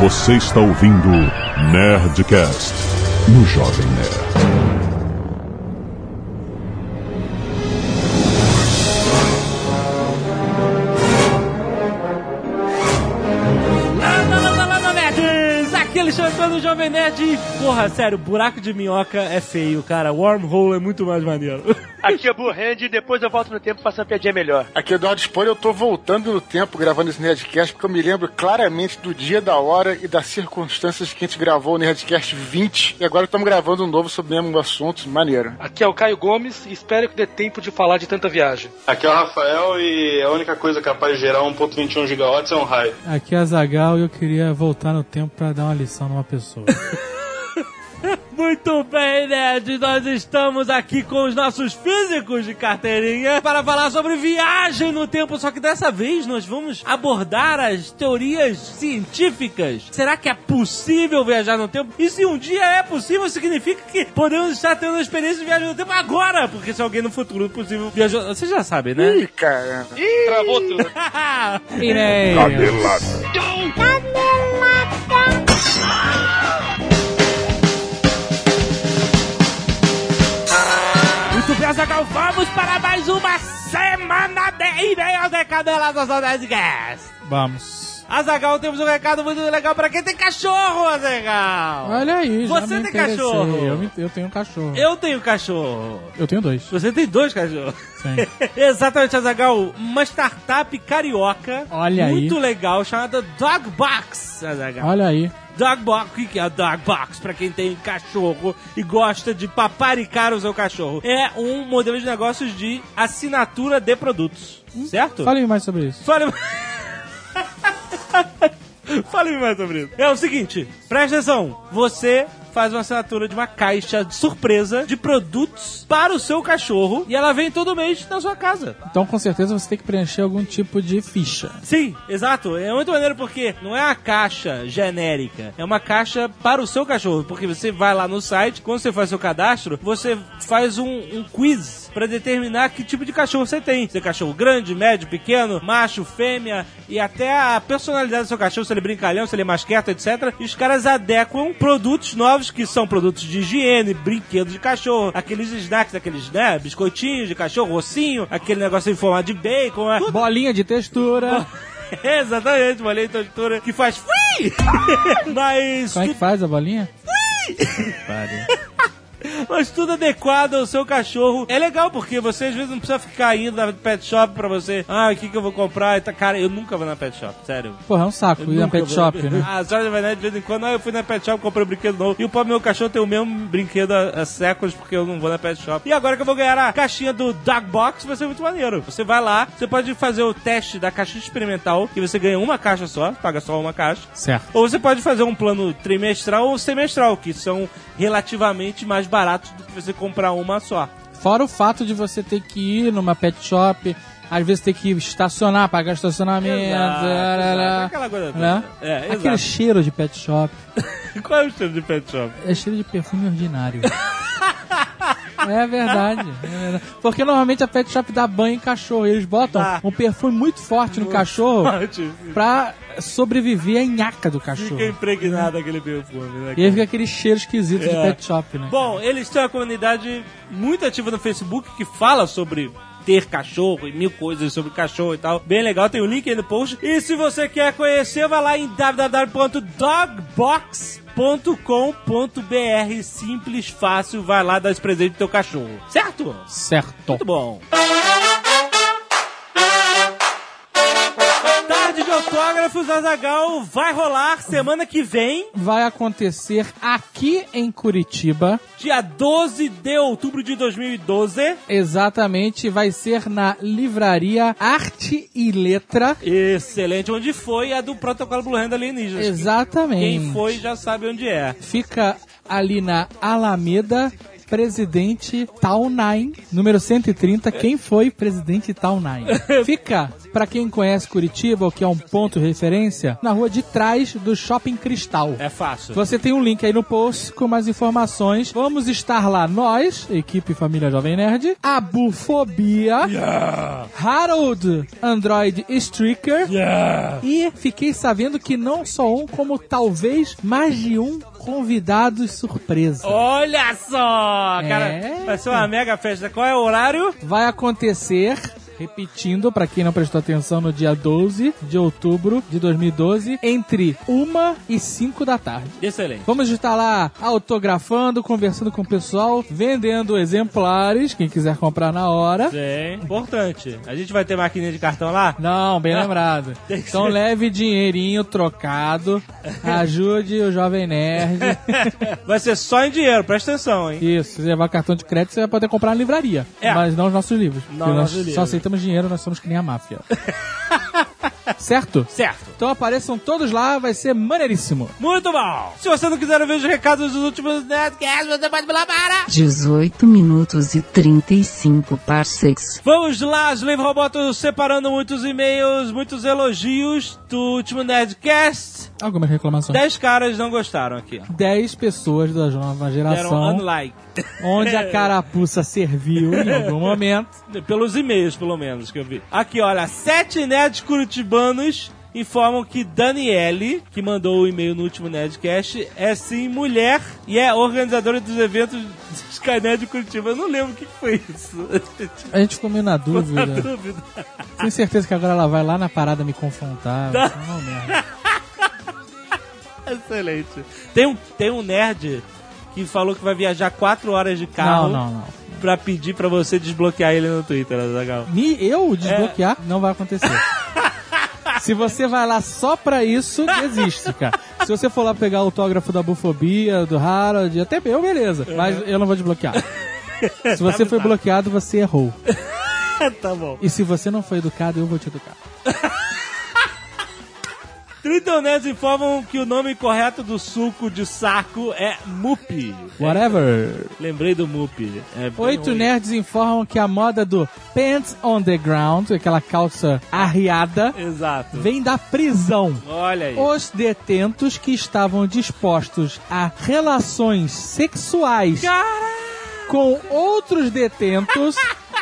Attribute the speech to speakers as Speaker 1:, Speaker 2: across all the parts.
Speaker 1: Você está ouvindo Nerdcast no Jovem Nerd.
Speaker 2: Alexandre do Jovem Nerd. Porra, sério, buraco de minhoca é feio, cara. Wormhole é muito mais maneiro.
Speaker 3: Aqui é Burrand e depois eu volto no tempo pra essa piadinha melhor.
Speaker 4: Aqui é Eduardo Spoiler, eu tô voltando no tempo gravando esse Nerdcast porque eu me lembro claramente do dia, da hora e das circunstâncias que a gente gravou o Nerdcast 20 e agora estamos gravando um novo sobre o mesmo assunto, maneiro.
Speaker 5: Aqui é o Caio Gomes e espero que dê tempo de falar de tanta viagem.
Speaker 6: Aqui é o Rafael e a única coisa capaz de gerar 1.21 gigawatts é um raio.
Speaker 7: Aqui é a Zagal e eu queria voltar no tempo pra dar uma lição numa pessoa.
Speaker 2: Muito bem, nerds! Nós estamos aqui com os nossos físicos de carteirinha para falar sobre viagem no tempo. Só que dessa vez nós vamos abordar as teorias científicas. Será que é possível viajar no tempo? E se um dia é possível, significa que podemos estar tendo a experiência de viagem no tempo agora. Porque se alguém no futuro possível viajou. Vocês já sabem, né?
Speaker 4: Ih, caramba!
Speaker 3: Ih, travou tudo!
Speaker 2: Ah,
Speaker 7: Irei!
Speaker 1: Canelada!
Speaker 2: Canelada! Muito bem, Azaghal, vamos para mais uma semana de e-mails de Caneladas ao Nerdcast.
Speaker 7: Vamos.
Speaker 2: Azaghal, temos um recado muito legal para quem tem cachorro, Azaghal.
Speaker 7: Olha aí, já
Speaker 2: Você
Speaker 7: me
Speaker 2: tem
Speaker 7: interessei.
Speaker 2: cachorro?
Speaker 7: Eu, me- eu tenho um cachorro.
Speaker 2: Eu tenho cachorro.
Speaker 7: Eu tenho dois.
Speaker 2: Você tem dois cachorros.
Speaker 7: Sim.
Speaker 2: Exatamente, Azagal. Uma startup carioca.
Speaker 7: Olha aí.
Speaker 2: Muito legal, chamada Dogbox, Azagal.
Speaker 7: Olha aí.
Speaker 2: Dogbox, o que que é Dogbox? Pra quem tem cachorro e gosta de paparicar o seu cachorro. É um modelo de negócios de assinatura de produtos, certo?
Speaker 7: Fale mais sobre isso.
Speaker 2: Fale... Fale-me mais sobre isso. É o seguinte, presta atenção. Você faz uma assinatura de uma caixa de surpresa de produtos para o seu cachorro e ela vem todo mês na sua casa.
Speaker 7: Então, com certeza, você tem que preencher algum tipo de ficha.
Speaker 2: Sim, exato. É muito maneiro porque não é uma caixa genérica, é uma caixa para o seu cachorro. Porque você vai lá no site, quando você faz seu cadastro, você faz um, um quiz para determinar que tipo de cachorro você tem. Se é cachorro grande, médio, pequeno, macho, fêmea e até a personalidade do seu cachorro, se ele é brincalhão, se ele é mais quieto, etc. E os caras adequam produtos novos que são produtos de higiene, brinquedos de cachorro, aqueles snacks, aqueles, né, biscoitinhos de cachorro, ossinho, aquele negócio em forma de bacon, é,
Speaker 7: Bolinha de textura.
Speaker 2: Exatamente, uma lei tortura que faz fui! Mas,
Speaker 7: Como é que
Speaker 2: tu-
Speaker 7: faz a bolinha?
Speaker 2: mas tudo adequado ao seu cachorro. É legal porque você às vezes não precisa ficar indo na pet shop pra você. Ah, o que, que eu vou comprar? E tá- Cara, eu nunca vou na pet shop, sério.
Speaker 7: Porra, é um saco
Speaker 2: Eu
Speaker 7: ir na
Speaker 2: nunca
Speaker 7: pet
Speaker 2: vou.
Speaker 7: shop, né?
Speaker 2: A senhora vai né, de vez em quando, ah, eu fui na pet shop, comprei um brinquedo novo. E o pobre meu cachorro tem o mesmo brinquedo há, há séculos, porque eu não vou na pet shop. E agora que eu vou ganhar a caixinha do Dog Box, vai ser muito maneiro. Você vai lá, você pode fazer o teste da caixa experimental, que você ganha uma caixa só, paga só uma caixa.
Speaker 7: Certo.
Speaker 2: Ou você pode fazer um plano trimestral ou semestral, que são relativamente mais baratos do que você comprar uma só.
Speaker 7: Fora o fato de você ter que ir numa pet shop, às vezes ter que estacionar, pagar estacionamento. é,
Speaker 2: Exato, exato.
Speaker 7: arará,
Speaker 2: Aquela coisa toda.
Speaker 7: né?
Speaker 2: É,
Speaker 7: Aquele
Speaker 2: exato.
Speaker 7: cheiro de pet shop.
Speaker 2: Qual é o estilo de pet shop?
Speaker 7: É cheiro de perfume ordinário. É verdade, é verdade. Porque normalmente a pet shop dá banho em cachorro. Eles botam
Speaker 2: Dá.
Speaker 7: um perfume muito forte no cachorro pra sobreviver à nhaca do cachorro.
Speaker 2: Fica impregnado aquele perfume, né?
Speaker 7: E aí fica aquele cheiro esquisito de
Speaker 2: É.
Speaker 7: pet shop, né?
Speaker 2: Bom, eles têm uma comunidade muito ativa no Facebook que fala sobre ter cachorro e mil coisas sobre cachorro e tal. Bem legal, tem o link aí no post. E se você quer conhecer, vai lá em www.dogbox.com.br Simples, fácil, vai lá dar esse presente pro teu cachorro. Certo? Muito
Speaker 7: Certo.
Speaker 2: bom. Tarde de autógrafos, Azagal vai rolar semana que vem.
Speaker 7: Vai acontecer aqui em Curitiba,
Speaker 2: dia 12 de outubro de 2012.
Speaker 7: exatamente, vai ser na livraria Arte e Letra.
Speaker 2: Excelente, onde foi a do protocolo Blue Hand Alienígenas.
Speaker 7: Exatamente.
Speaker 2: Quem foi já sabe onde é.
Speaker 7: Fica ali na Alameda Presidente Tal Nine, número 130. Quem foi Presidente Tal Nine? Fica, pra quem conhece Curitiba, o que é um ponto de referência, na rua de trás do Shopping Cristal.
Speaker 2: É fácil.
Speaker 7: Você tem um link aí no post com mais informações. Vamos estar lá nós, equipe Família Jovem Nerd, Abufobia, Harold Android Stricker e fiquei sabendo que não só um, como talvez mais de um convidado surpresa.
Speaker 2: Olha só! Cara,
Speaker 7: É.
Speaker 2: vai ser uma mega festa. Qual é o horário?
Speaker 7: Vai acontecer... Repetindo, pra quem não prestou atenção, no dia 12 de outubro de 2012, entre 1 e 5 da tarde.
Speaker 2: Excelente.
Speaker 7: Vamos estar lá autografando, conversando com o pessoal, vendendo exemplares, quem quiser comprar na hora.
Speaker 2: Sim, importante. A gente vai ter maquininha de cartão lá?
Speaker 7: Não, bem
Speaker 2: Ah,
Speaker 7: lembrado.
Speaker 2: tem que
Speaker 7: Então
Speaker 2: ser.
Speaker 7: leve dinheirinho trocado, ajude o jovem nerd.
Speaker 2: Vai ser só em dinheiro, presta atenção, hein?
Speaker 7: Isso, se levar cartão de crédito, você vai poder comprar na livraria.
Speaker 2: É.
Speaker 7: Mas não os nossos livros.
Speaker 2: Não
Speaker 7: porque
Speaker 2: os
Speaker 7: nós
Speaker 2: nossos livros.
Speaker 7: só aceitamos dinheiro, nós somos que nem a máfia. certo?
Speaker 2: Certo.
Speaker 7: Então apareçam todos lá, vai ser maneiríssimo.
Speaker 2: Muito bom! Se você não quiser ver os recados dos últimos Nerdcasts, você pode pular para...
Speaker 8: 18 minutos e 35 parsecs.
Speaker 2: Vamos lá, Slave Roboto separando muitos e-mails, muitos elogios do último Nerdcast.
Speaker 7: Algumas reclamações.
Speaker 2: Dez caras não gostaram aqui, ó.
Speaker 7: 10 pessoas da nova
Speaker 2: Deram
Speaker 7: geração.
Speaker 2: unlike.
Speaker 7: onde a carapuça serviu em algum momento.
Speaker 2: Pelos e-mails, pelo menos, que eu vi. Aqui, olha, sete nerds curitibanos informam que Daniele, que mandou o e-mail no último Nerdcast, é sim mulher e é organizadora dos eventos do Skynet de Curitiba. Eu não lembro o que que foi isso.
Speaker 7: A gente ficou meio na
Speaker 2: Na
Speaker 7: dúvida.
Speaker 2: dúvida.
Speaker 7: Tenho certeza que agora ela vai lá na parada me confrontar. Assim,
Speaker 2: Tá.
Speaker 7: Não, merda.
Speaker 2: Excelente. Tem um, tem um nerd que falou que vai viajar quatro horas de
Speaker 7: não,
Speaker 2: carro
Speaker 7: não, não.
Speaker 2: pra pedir pra você desbloquear ele no Twitter, Azaghal.
Speaker 7: Me, eu desbloquear não vai acontecer. Se você vai lá só pra isso, desiste, cara. Se você for lá pegar autógrafo da bufobia, do Harold, até eu, beleza. Mas eu não vou desbloquear. Se você foi bloqueado, você errou.
Speaker 2: tá bom.
Speaker 7: E se você não foi educado, eu vou te educar.
Speaker 2: Tritonés informam que o nome correto do suco de saco é Mupi.
Speaker 7: Whatever.
Speaker 2: Lembrei do Mupi. É bem
Speaker 7: Oito né?
Speaker 2: ruim.
Speaker 7: nerds informam que a moda do pants on the ground, aquela calça arriada,
Speaker 2: Exato.
Speaker 7: vem da prisão.
Speaker 2: Olha aí.
Speaker 7: Os detentos que estavam dispostos a relações sexuais com outros detentos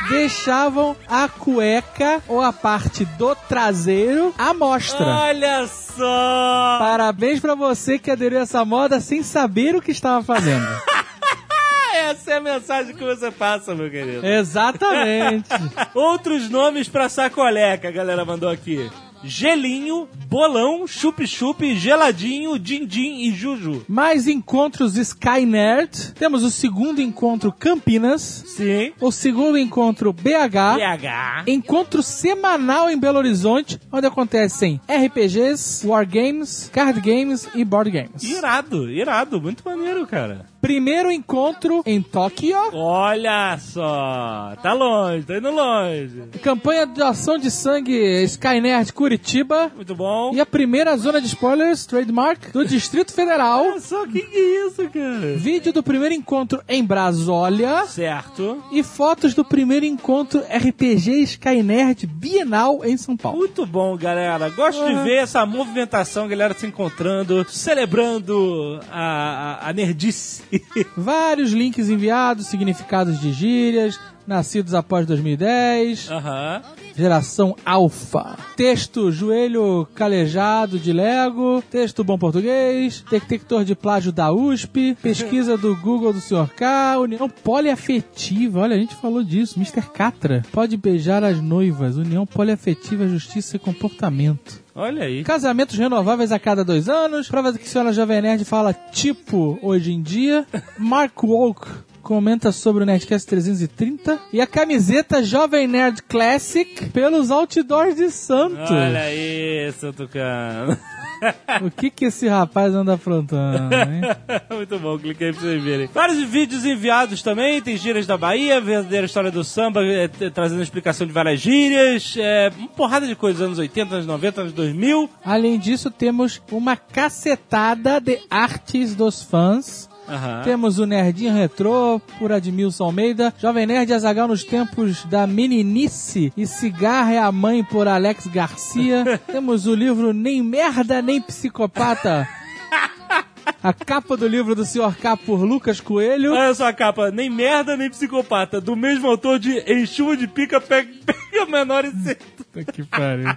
Speaker 7: deixavam a cueca ou a parte do traseiro à mostra.
Speaker 2: Olha só!
Speaker 7: Parabéns pra você que aderiu a essa moda sem saber o que estava fazendo.
Speaker 2: Essa é a mensagem que você passa, meu querido.
Speaker 7: É. Exatamente.
Speaker 2: Outros nomes pra sacolé que a galera mandou aqui. Gelinho, bolão, chup-chup, geladinho, din-din e juju.
Speaker 7: Mais encontros Sky Nerd. Temos o segundo encontro Campinas.
Speaker 2: Sim.
Speaker 7: O segundo encontro BH.
Speaker 2: PH.
Speaker 7: Encontro semanal em Belo Horizonte, onde acontecem RPGs, Wargames, Card Games e Board Games.
Speaker 2: Irado, irado. Muito maneiro, cara.
Speaker 7: Primeiro encontro em Tóquio.
Speaker 2: Olha só. Tá longe, tá indo longe.
Speaker 7: Campanha de doação de sangue Sky Nerd Curitiba.
Speaker 2: Muito bom.
Speaker 7: E a primeira zona de spoilers, trademark, do Distrito Federal.
Speaker 2: Olha só, que que é isso, cara?
Speaker 7: Vídeo do primeiro encontro em Brasólia.
Speaker 2: Certo.
Speaker 7: e fotos do primeiro encontro RPG Sky Nerd Bienal em São Paulo.
Speaker 2: Muito bom, galera. Gosto de ver essa movimentação, galera se encontrando, celebrando a, a, a nerdice.
Speaker 7: Vários links enviados, significados de gírias, nascidos após 2010,
Speaker 2: Aham.
Speaker 7: geração alfa. Texto joelho calejado de Lego, texto bom português, detector de plágio da USP, pesquisa do Google do Sr. K, união poliafetiva. Olha, a gente falou disso. Mr. Catra pode beijar as noivas, união poliafetiva, justiça e comportamento.
Speaker 2: Olha aí.
Speaker 7: Casamentos renováveis a cada dois anos. Prova que a senhora Jovem Nerd fala tipo hoje em dia. Mark Walk comenta sobre o Nerdcast 330. E a camiseta Jovem Nerd Classic pelos outdoors de Santos.
Speaker 2: Olha aí, seu tucano.
Speaker 7: O que que esse rapaz anda aprontando, hein?
Speaker 2: Muito bom, cliquei pra vocês verem. Vários vídeos enviados também, tem gírias da Bahia, verdadeira história do samba, eh, t- trazendo explicação de várias gírias, é, uma porrada de coisas, anos 80, anos 90, anos 2000.
Speaker 7: Além disso, temos uma cacetada de artes dos fãs.
Speaker 2: Aham.
Speaker 7: Temos o Nerdinho Retrô, por Admilson Almeida. Jovem Nerd Azagal nos tempos da meninice e Cigarra é a Mãe, por Alex Garcia. Temos o livro Nem Merda Nem Psicopata. A capa do livro do Sr. K por Lucas Coelho.
Speaker 2: Olha só a capa, nem merda, nem psicopata. Do mesmo autor de Enxuma de Pica, pega, pega menor e cedo.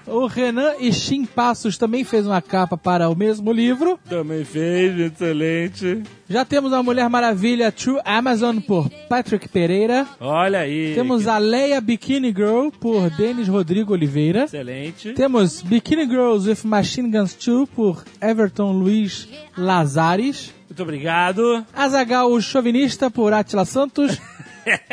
Speaker 7: O Renan Ixim Passos também fez uma capa para o mesmo livro.
Speaker 2: Também fez, excelente.
Speaker 7: Já temos a Mulher Maravilha True Amazon por Patrick Pereira.
Speaker 2: Olha aí.
Speaker 7: Temos
Speaker 2: que-
Speaker 7: a Leia Bikini Girl por Denis Rodrigo Oliveira.
Speaker 2: Excelente.
Speaker 7: Temos Bikini Girls with Machine Guns 2 por Everton Luiz Lazares.
Speaker 2: Muito obrigado.
Speaker 7: Azagal, o Chauvinista por Atila Santos.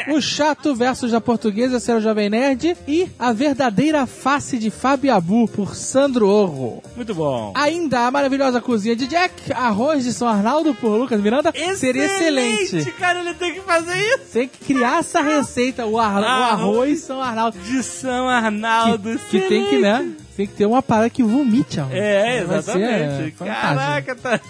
Speaker 7: o Chato versus a Portuguesa Ser o Jovem Nerd. E a Verdadeira Face de Fábio Abu por Sandro Orro.
Speaker 2: Muito bom.
Speaker 7: Ainda a maravilhosa cozinha de Jack, arroz de São Arnaldo por Lucas Miranda, seria excelente.
Speaker 2: Cara, ele tem que fazer isso.
Speaker 7: Tem que criar essa receita, o, arla- o
Speaker 2: Ah,
Speaker 7: arroz São Arnaldo.
Speaker 2: De São Arnaldo.
Speaker 7: Que tem que, né? Tem que ter uma parada que vomite arroz.
Speaker 2: É,
Speaker 7: Vai
Speaker 2: exatamente.
Speaker 7: Ser, é, fantástico.
Speaker 2: Caraca, tá...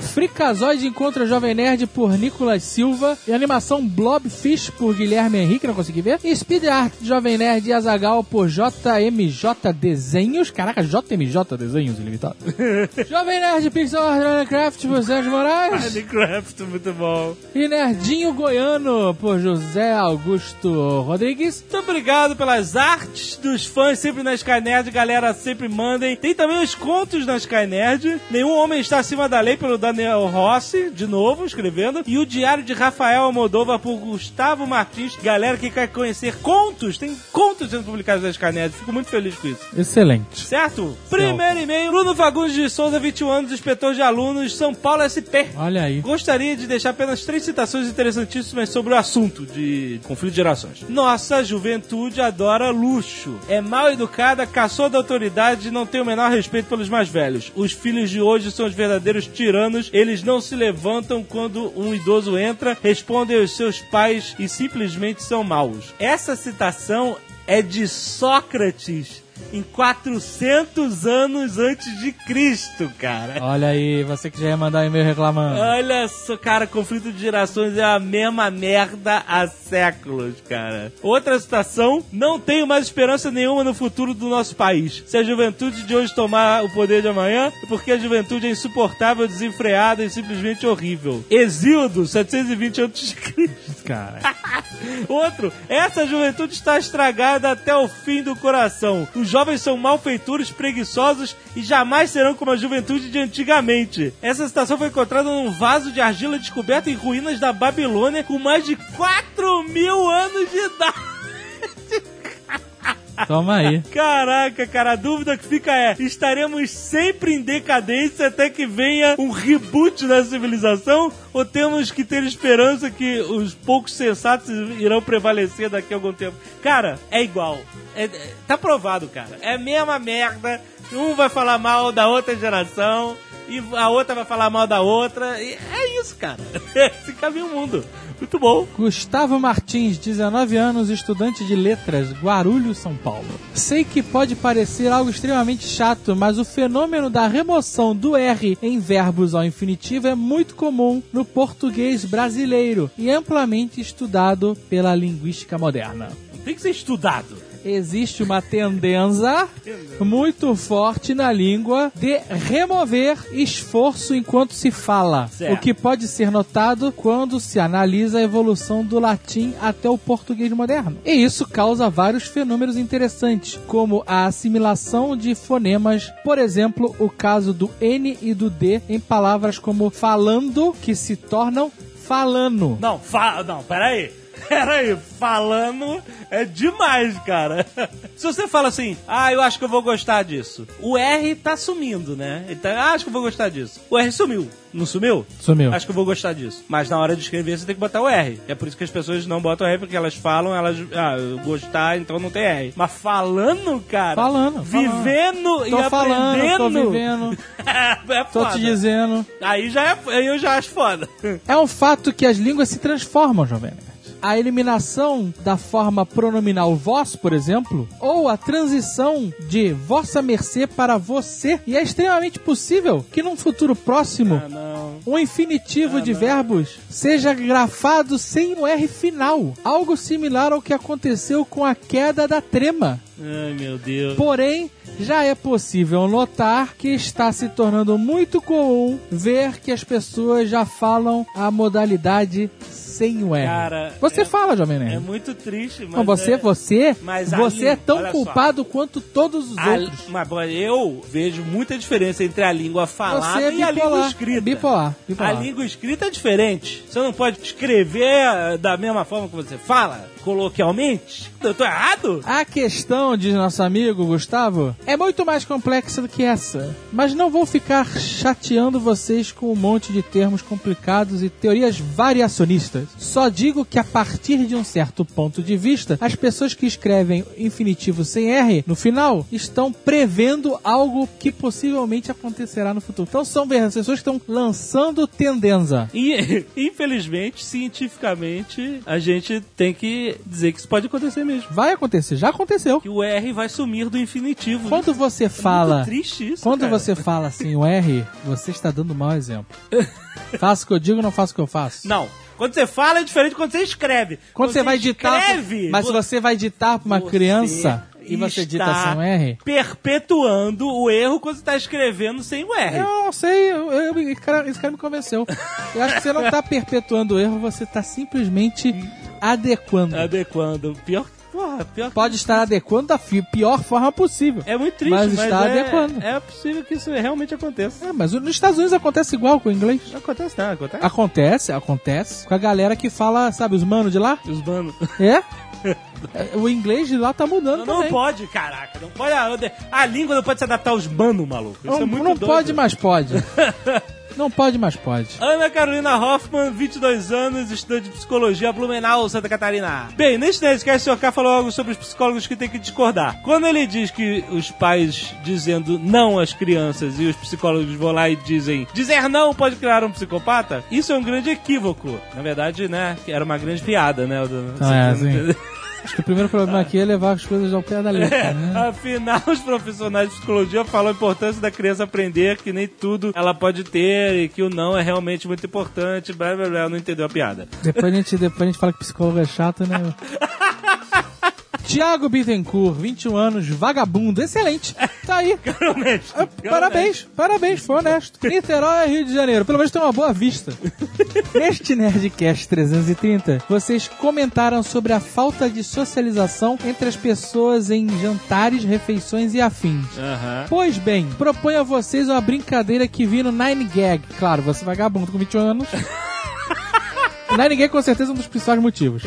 Speaker 7: Fricazoide encontra Jovem Nerd por Nicolas Silva. E animação Blobfish por Guilherme Henrique, não consegui ver. E Speed Art de Jovem Nerd e Azagal por JMJ Desenhos. Caraca, JMJ Desenhos ilimitado. Jovem Nerd Pixel Art Minecraft por Sérgio Moraes.
Speaker 2: Minecraft, muito bom.
Speaker 7: E Nerdinho Goiano por José Augusto Rodrigues.
Speaker 2: Muito obrigado pelas artes dos fãs sempre na Sky Nerd, galera, sempre mandem. Tem também os contos na Sky Nerd. Nenhum Homem Está Acima da Lei, pelo Daniel Rossi, de novo, escrevendo. E o Diário de Rafael Almodova, por Gustavo Martins. Galera que quer conhecer contos, tem contos sendo publicados na Sky Nerd. Fico muito feliz com isso.
Speaker 7: Excelente.
Speaker 2: Certo? Primeiro e-mail, Bruno Fagundes de Souza, 21 anos, inspetor de alunos, São Paulo SP.
Speaker 7: Olha aí.
Speaker 2: Gostaria de deixar apenas três citações interessantíssimas sobre o assunto de conflito de gerações. Nossa juventude adora luxo. É mal educada, caçou da autoridade e não tem o menor respeito pelos mais velhos. Os filhos de hoje são os verdadeiros tiranos. Eles não se levantam quando um idoso entra, respondem aos seus pais e simplesmente são maus. Essa citação é de Sócrates. Em 400 anos antes de Cristo, cara.
Speaker 7: Olha aí, você que já ia mandar um e-mail reclamando.
Speaker 2: Olha só, cara, conflito de gerações é a mesma merda há séculos, cara. Outra citação: não tenho mais esperança nenhuma no futuro do nosso país. Se a juventude de hoje tomar o poder de amanhã, é porque a juventude é insuportável, desenfreada e simplesmente horrível. Exildo, 720 a.C.
Speaker 7: Cara.
Speaker 2: Outro, essa juventude está estragada até o fim do coração. Os jovens são malfeitores, preguiçosos e jamais serão como a juventude de antigamente. Essa citação foi encontrada num vaso de argila descoberto em ruínas da Babilônia com mais de 4 mil anos de idade.
Speaker 7: Toma aí.
Speaker 2: Caraca, cara, a dúvida que fica é: estaremos sempre em decadência até que venha um reboot da civilização? Ou temos que ter esperança que os poucos sensatos irão prevalecer daqui a algum tempo? Cara, é igual. É- é- tá provado, cara. É a mesma merda. Um vai falar mal da outra geração. E a outra vai falar mal da outra. E é isso, cara. Esse caminho é o mundo. Muito bom.
Speaker 7: Gustavo Martins, 19 anos, estudante de letras, Guarulhos, São Paulo. Sei que pode parecer algo extremamente chato, mas o fenômeno da remoção do R em verbos ao infinitivo é muito comum no português brasileiro e amplamente estudado pela linguística moderna.
Speaker 2: Não tem que ser estudado.
Speaker 7: Existe uma tendência muito forte na língua de remover esforço enquanto se fala,
Speaker 2: Certo.
Speaker 7: o que pode ser notado quando se analisa a evolução do latim até o português moderno. E isso causa vários fenômenos interessantes, como a assimilação de fonemas, por exemplo, o caso do N e do D em palavras como falando, que se tornam falando.
Speaker 2: Não, fa não, peraí. Peraí, falando é demais, cara. Se você fala assim, ah, eu acho que eu vou gostar disso. O R tá sumindo, né? Ele tá, ah, acho que eu vou gostar disso. O R sumiu. Não sumiu?
Speaker 7: Sumiu.
Speaker 2: Acho que eu vou gostar disso. Mas na hora de escrever você tem que botar o R. É por isso que as pessoas não botam R, porque elas falam, elas. Ah, eu gostar, então não tem R. Mas falando, cara.
Speaker 7: Falando, falando.
Speaker 2: Vivendo e
Speaker 7: Tô falando,
Speaker 2: aprendendo.
Speaker 7: tô vivendo,
Speaker 2: é
Speaker 7: tô
Speaker 2: foda.
Speaker 7: te dizendo.
Speaker 2: Aí já é, aí eu já acho foda.
Speaker 7: É um fato que as línguas se transformam, jovem nerd. A eliminação da forma pronominal vós, por exemplo, ou a transição de vossa mercê para você, e é extremamente possível que num futuro próximo
Speaker 2: Ah, não. não.
Speaker 7: Um infinitivo de verbos seja grafado sem o R final. Algo similar ao que aconteceu com a queda da trema.
Speaker 2: Ai, meu Deus.
Speaker 7: Porém, já é possível notar que está se tornando muito comum ver que as pessoas já falam a modalidade sem o R.
Speaker 2: Cara,
Speaker 7: você
Speaker 2: é-
Speaker 7: fala, Jovem Nerd.
Speaker 2: É muito triste, mas.
Speaker 7: Não, você,
Speaker 2: é...
Speaker 7: você,
Speaker 2: mas
Speaker 7: você
Speaker 2: ali,
Speaker 7: é tão
Speaker 2: olha só.
Speaker 7: culpado quanto todos os
Speaker 2: A-
Speaker 7: outros.
Speaker 2: mas bom, eu vejo muita diferença entre a língua falada
Speaker 7: Você é
Speaker 2: e a língua
Speaker 7: bipolar,
Speaker 2: escrita.
Speaker 7: bipolar, bipolar.
Speaker 2: A língua escrita é diferente. Você não pode escrever eh, da mesma forma que você fala, coloquialmente. Eu tô errado?
Speaker 7: A questão, diz nosso amigo Gustavo, é muito mais complexa do que essa. Mas não vou ficar chateando vocês com um monte de termos complicados e teorias variacionistas. Só digo que a partir de um certo ponto de vista, as pessoas que escrevem infinitivo sem R no final estão prevendo algo que possivelmente acontecerá no futuro. Então são verdadeiras pessoas que estão lançando tendência.
Speaker 2: E, infelizmente, cientificamente, a gente tem que dizer que isso pode acontecer mesmo.
Speaker 7: Vai acontecer, já aconteceu.
Speaker 2: Que o R vai sumir do infinitivo.
Speaker 7: Quando você
Speaker 2: É
Speaker 7: fala.
Speaker 2: Muito triste isso.
Speaker 7: Quando
Speaker 2: cara.
Speaker 7: você fala assim, o R, você está dando um mau exemplo. faço o que eu digo, não faço o que eu faço.
Speaker 2: Não. Quando você fala é diferente de quando você escreve.
Speaker 7: Quando, você, vai ditar,
Speaker 2: escreve,
Speaker 7: mas se você vai ditar para uma
Speaker 2: você
Speaker 7: criança e você dita
Speaker 2: está
Speaker 7: sem o R,
Speaker 2: Perpetuando o erro quando você está escrevendo sem o R.
Speaker 7: eu não sei, eu, eu- esse, cara, esse cara me convenceu. Eu acho que você não está perpetuando o erro, você está simplesmente adequando.
Speaker 2: Adequando. Pior, porra, pior.
Speaker 7: Pode estar adequando da fi- pior forma possível.
Speaker 2: É muito triste,
Speaker 7: Mas
Speaker 2: mas,
Speaker 7: está
Speaker 2: é,
Speaker 7: adequando.
Speaker 2: é possível que isso realmente aconteça.
Speaker 7: É, mas nos Estados Unidos acontece igual com o inglês.
Speaker 2: Não acontece nada, acontece.
Speaker 7: Ah. Acontece, acontece. Com a galera que fala, sabe, os manos de lá?
Speaker 2: Os manos.
Speaker 7: É? É, O inglês de lá tá mudando
Speaker 2: Não, não
Speaker 7: também.
Speaker 2: pode, caraca. Não pode. Ah, A, a língua não pode se adaptar aos manos, maluco. Isso
Speaker 7: não
Speaker 2: é muito
Speaker 7: não
Speaker 2: doido.
Speaker 7: pode, mas pode. não pode, mas pode.
Speaker 2: Ana Carolina Hoffman, 22 anos, estudante de psicologia, Blumenau, Santa Catarina. Bem, neste Nerdcast, o senhor K falou algo sobre os psicólogos que tem que discordar. Quando ele diz que os pais dizendo não às crianças e os psicólogos vão lá e dizem dizer não pode criar um psicopata, isso é um grande equívoco. Na verdade, né, era uma grande piada, né?
Speaker 7: Ah, é, sim. Acho que o primeiro problema aqui é levar as coisas ao pé da
Speaker 2: É.
Speaker 7: letra, né?
Speaker 2: Afinal, os profissionais de psicologia falam a importância da criança aprender que nem tudo ela pode ter e que o não é realmente muito importante. Blá blá blá, não entendeu a piada.
Speaker 7: Depois a gente, depois a gente fala que psicólogo é chato, né? Tiago Bittencourt, 21 anos, vagabundo, excelente. Tá aí.
Speaker 2: Realmente.
Speaker 7: Ah, Parabéns, parabéns, foi honesto. Niterói, Rio de Janeiro, pelo menos tem uma boa vista. Neste Nerdcast 330, vocês comentaram sobre a falta de socialização entre as pessoas em jantares, refeições e afins.
Speaker 2: Aham.
Speaker 7: Pois bem, proponho a vocês uma brincadeira que vi no Nine Gag. Claro, você é vagabundo com 21 anos. O Nine Gag com certeza é um dos principais motivos.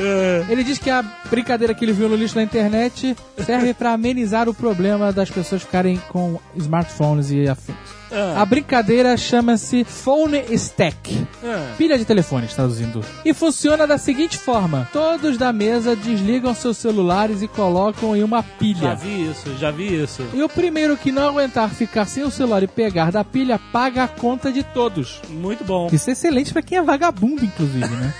Speaker 7: Ele diz que a brincadeira que ele viu no lixo na internet serve pra amenizar o problema das pessoas ficarem com smartphones e afins. A brincadeira chama-se Phone Stack.
Speaker 2: Ah.
Speaker 7: Pilha de telefones, traduzindo. E funciona da seguinte forma: todos da mesa desligam seus celulares e colocam em uma
Speaker 2: Já
Speaker 7: pilha.
Speaker 2: vi isso, já vi isso.
Speaker 7: E o primeiro que não aguentar ficar sem o celular e pegar da pilha paga a conta de todos.
Speaker 2: Muito bom.
Speaker 7: Isso é excelente pra quem é vagabundo, inclusive, né?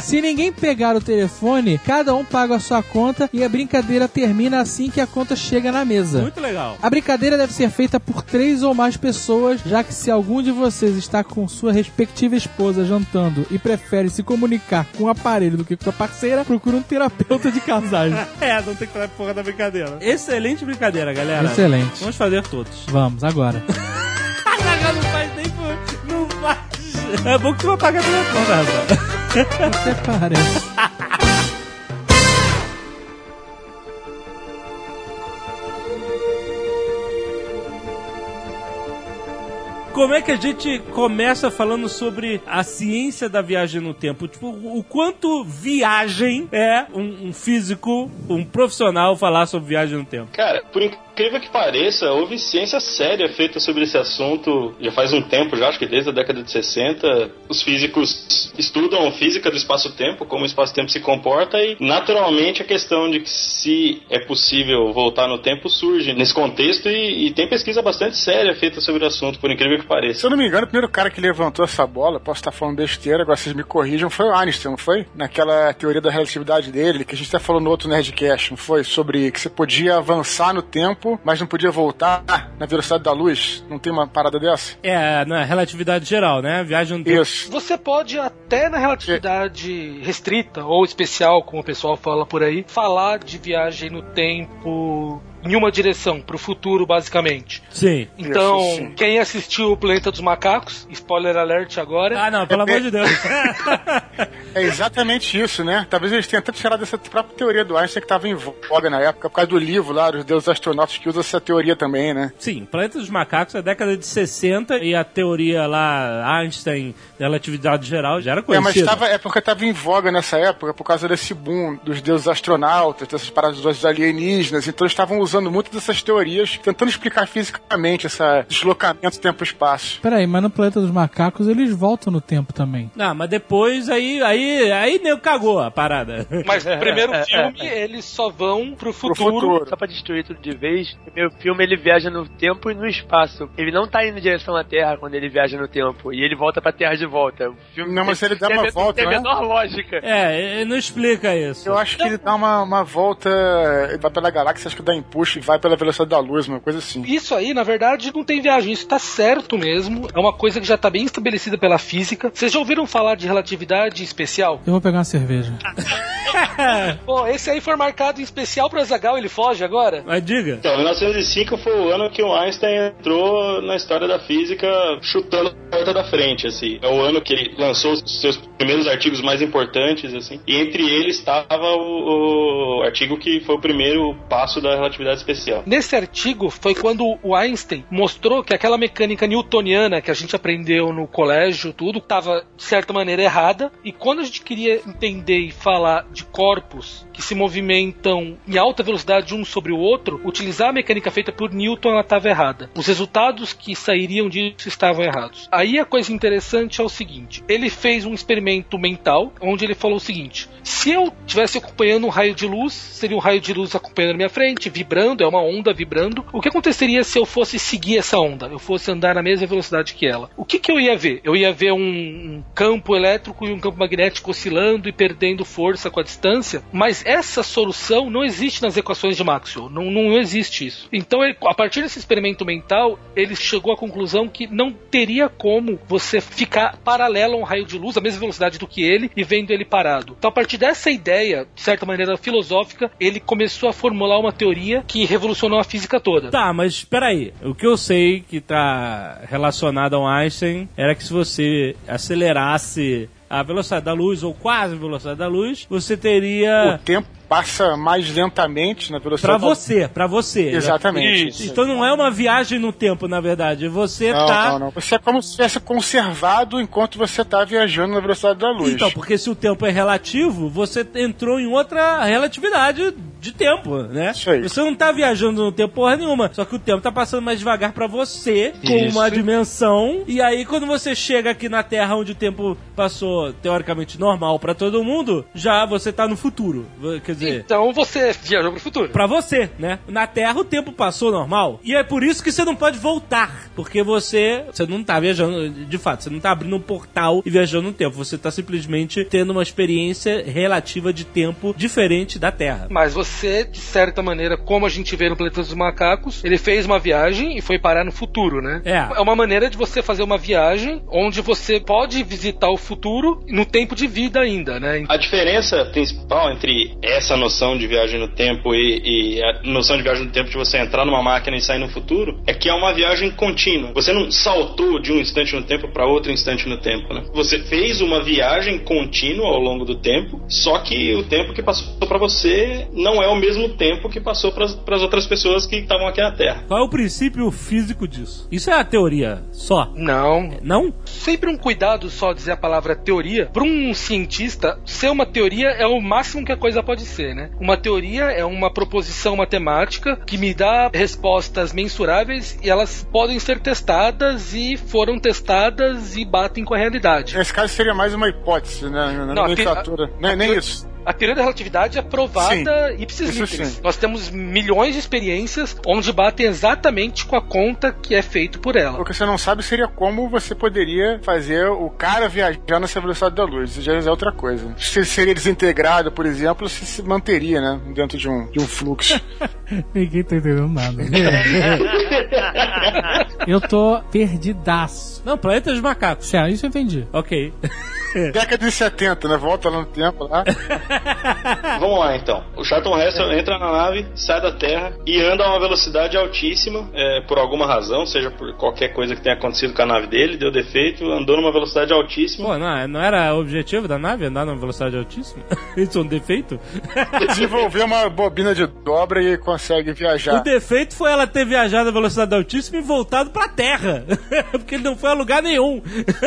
Speaker 7: Se ninguém pegar o telefone, cada um paga a sua conta e a brincadeira termina assim que a conta chega na mesa.
Speaker 2: Muito legal.
Speaker 7: A brincadeira deve ser feita por três ou mais pessoas, já que se algum de vocês está com sua respectiva esposa jantando e prefere se comunicar com o aparelho do que com a parceira, procura um terapeuta de casais.
Speaker 2: É, não tem que falar porra da brincadeira. Excelente brincadeira, galera.
Speaker 7: Excelente.
Speaker 2: Vamos fazer todos.
Speaker 7: Vamos, agora.
Speaker 2: Caraca, não faz nem por- Não faz. É bom que tu vai pagar pela conta, rapaz.
Speaker 7: Até parece.
Speaker 2: Como é que a gente começa falando sobre a ciência da viagem no tempo? Tipo, o quanto viagem é um, um físico, um profissional falar sobre viagem no tempo?
Speaker 6: Cara, por incrível que pareça, houve ciência séria feita sobre esse assunto já faz um tempo, já acho que desde a década de 60. Os físicos estudam física do espaço-tempo, como o espaço-tempo se comporta, e naturalmente a questão de que se é possível voltar no tempo surge nesse contexto e, e tem pesquisa bastante séria feita sobre o assunto, por incrível que
Speaker 4: Se
Speaker 6: pareça.
Speaker 4: eu não me engano, o primeiro cara que levantou essa bola, posso estar falando besteira, agora vocês me corrijam, foi o Einstein, não foi? Naquela teoria da relatividade dele, que a gente até falou no outro Nerdcast, não foi? Sobre que você podia avançar no tempo tempo, mas não podia voltar na velocidade da luz. Não tem uma parada dessa?
Speaker 2: É, na relatividade geral, né? Viagem no tempo.
Speaker 4: Isso.
Speaker 5: Você pode até na relatividade restrita ou especial, como o pessoal fala por aí, falar de viagem no tempo em uma direção, pro futuro, basicamente.
Speaker 2: Sim.
Speaker 5: Então,
Speaker 4: Isso, sim.
Speaker 5: quem assistiu o Planeta dos Macacos, spoiler alert agora,
Speaker 2: Ah, não, pelo amor de Deus.
Speaker 4: É exatamente isso, né? Talvez eles tenham até tirado essa própria teoria do Einstein que estava em voga na época, por causa do livro lá, dos deuses astronautas, que usa essa teoria também, né?
Speaker 2: Sim, Planeta dos Macacos é década de 60 e a teoria lá, Einstein, da relatividade geral, já era
Speaker 4: É,
Speaker 2: conhecida.
Speaker 4: mas tava, é porque tava em voga nessa época, por causa desse boom dos deuses astronautas, dessas paradas dos alienígenas, então eles estavam usando muito dessas teorias, tentando explicar fisicamente esse deslocamento tempo-espaço.
Speaker 7: Peraí, mas no Planeta dos Macacos eles voltam no tempo também.
Speaker 2: Não, mas depois aí, aí, aí nego cagou a parada.
Speaker 3: Ah,
Speaker 5: mas
Speaker 3: é,
Speaker 5: no primeiro filme eles só vão pro
Speaker 4: Pro
Speaker 5: futuro.
Speaker 4: futuro.
Speaker 3: Só pra destruir tudo de vez, o meu filme ele viaja no tempo e no espaço. Ele não tá indo em direção à Terra quando ele viaja no tempo. E ele volta pra Terra de volta. O filme
Speaker 4: Não, mas ele dá
Speaker 3: tem
Speaker 4: uma
Speaker 3: a men-
Speaker 4: volta,
Speaker 3: Tem a
Speaker 4: né?
Speaker 3: menor lógica.
Speaker 2: É, e- e não explica isso.
Speaker 4: Eu acho que ele dá uma, uma volta, ele vai pela galáxia, acho que dá empuxo e vai pela velocidade da luz, uma coisa assim.
Speaker 5: Isso aí, na verdade, não tem viagem, isso tá certo mesmo. É uma coisa que já tá bem estabelecida pela física. Vocês já ouviram falar de relatividade especial?
Speaker 7: Eu vou pegar uma cerveja.
Speaker 5: Pô, esse aí foi marcado em especial pro Azagal, ele foge agora?
Speaker 2: Mas diga.
Speaker 6: Então, 1905 foi o ano que o Einstein entrou na história da física chutando a porta da frente, assim. É o ano que ele lançou os seus primeiros artigos mais importantes, assim. E entre eles estava o, o artigo que foi o primeiro passo da relatividade especial.
Speaker 5: Nesse artigo foi quando o Einstein mostrou que aquela mecânica newtoniana que a gente aprendeu no colégio, tudo, estava de certa maneira errada. E quando a gente queria entender e falar de corpos que se movimentam em alta velocidade um sobre o outro, utilizar a mecânica feita por Newton ela estava errada. Os resultados que sairiam disso estavam errados. Aí a coisa interessante é o seguinte: ele fez um experimento mental onde ele falou o seguinte: se eu estivesse acompanhando um raio de luz, seria um raio de luz acompanhando a minha frente, vibrando, é uma onda vibrando. O que aconteceria se eu fosse seguir essa onda? Eu fosse andar na mesma velocidade que ela. O que, que eu ia ver? Eu ia ver um, um campo elétrico e um campo magnético oscilando e perdendo força com a distância, mas essa solução não existe nas equações de Maxwell. Não, não existe isso. Então, ele- a partir desse experimento mental, ele chegou à conclusão que não teria como você ficar paralelo a um raio de luz, à mesma velocidade do que ele, e vendo ele parado. Então, a partir dessa ideia, de certa maneira filosófica, ele começou a formular uma teoria que revolucionou a física toda.
Speaker 2: Tá, mas peraí. O que eu sei que tá relacionado ao Einstein era que se você acelerasse a velocidade da luz, ou quase a velocidade da luz, você
Speaker 4: O
Speaker 2: teria.
Speaker 4: tempo passa mais lentamente na
Speaker 2: É. Pra
Speaker 4: velocidade da luz.
Speaker 2: você, pra você.
Speaker 4: Então, Exatamente.
Speaker 2: Isso. Então não é uma viagem no tempo, na verdade. Você
Speaker 4: Não,
Speaker 2: tá.
Speaker 4: não, não. Você é como se tivesse conservado enquanto você tá viajando na velocidade da luz.
Speaker 2: Então, porque se o tempo é relativo, você entrou em outra relatividade de tempo, né?
Speaker 4: Isso aí.
Speaker 2: Você não tá viajando no tempo porra nenhuma, só que o tempo tá passando mais devagar pra você, com
Speaker 6: Isso.
Speaker 2: uma dimensão, e aí quando você chega aqui na Terra onde o tempo passou teoricamente normal pra todo mundo, já você tá no futuro. Quer dizer,
Speaker 5: Então, você viajou pro futuro.
Speaker 2: Pra você, né? Na Terra o tempo passou normal. E é por isso que você não pode voltar. Porque você. Você não tá viajando. De fato, você não tá abrindo um portal e viajando no tempo. Você tá simplesmente tendo uma experiência relativa de tempo diferente da Terra.
Speaker 5: Mas você, de certa maneira, como a gente vê no Planeta dos Macacos, ele fez uma viagem e foi parar no futuro, né?
Speaker 2: É.
Speaker 5: É uma maneira de você fazer uma viagem onde você pode visitar o futuro no tempo de vida ainda, né?
Speaker 6: A diferença principal entre essa noção de viagem no tempo e, e a noção de viagem no tempo de você entrar numa máquina e sair no futuro é que é uma viagem contínua. Você não saltou de um instante no tempo para outro instante no tempo, né? Você fez uma viagem contínua ao longo do tempo, só que o tempo que passou para você não é o mesmo tempo que passou para as outras pessoas que estavam aqui na Terra.
Speaker 2: Qual é o princípio físico disso? Isso é a teoria só.
Speaker 5: Não.
Speaker 2: Não?
Speaker 5: Sempre um cuidado só dizer a palavra teoria. Para um cientista, ser uma teoria é o máximo que a coisa pode ser, né? Uma teoria é uma proposição matemática que me dá respostas mensuráveis e elas podem ser testadas e foram testadas e batem com a realidade.
Speaker 4: Nesse caso seria mais uma hipótese, né? Na
Speaker 5: Não, a te-
Speaker 4: nomenclatura. Não é nem isso.
Speaker 5: A teoria da relatividade é provada
Speaker 4: Sim,
Speaker 5: ipsis
Speaker 4: isso
Speaker 5: literis.
Speaker 4: sim.
Speaker 5: Nós temos milhões de experiências onde batem exatamente com a conta que é feito por ela.
Speaker 4: O que você não sabe seria como você poderia fazer o cara viajar nessa velocidade da luz. Isso já é outra coisa. Se ele seria desintegrado, por exemplo, se se manteria, né? Dentro de um, de um fluxo.
Speaker 7: Ninguém tá entendendo nada. eu tô perdidaço.
Speaker 2: Não, Planeta dos Macacos.
Speaker 7: Sério, isso eu entendi.
Speaker 2: Ok.
Speaker 4: Década de 70, né? Volta lá no tempo lá.
Speaker 6: Vamos lá então. O Charlton Heston entra na nave, sai da Terra e anda a uma velocidade altíssima, é, por alguma razão, seja por qualquer coisa que tenha acontecido com a nave dele, deu defeito, andou numa velocidade altíssima.
Speaker 2: Pô, não, não era o objetivo da nave andar numa velocidade altíssima? Isso é um defeito?
Speaker 4: Desenvolver uma bobina de dobra e consegue
Speaker 2: O
Speaker 4: viajar.
Speaker 2: defeito foi ela ter viajado a velocidade altíssima e voltado pra Terra. Porque ele não foi a lugar nenhum.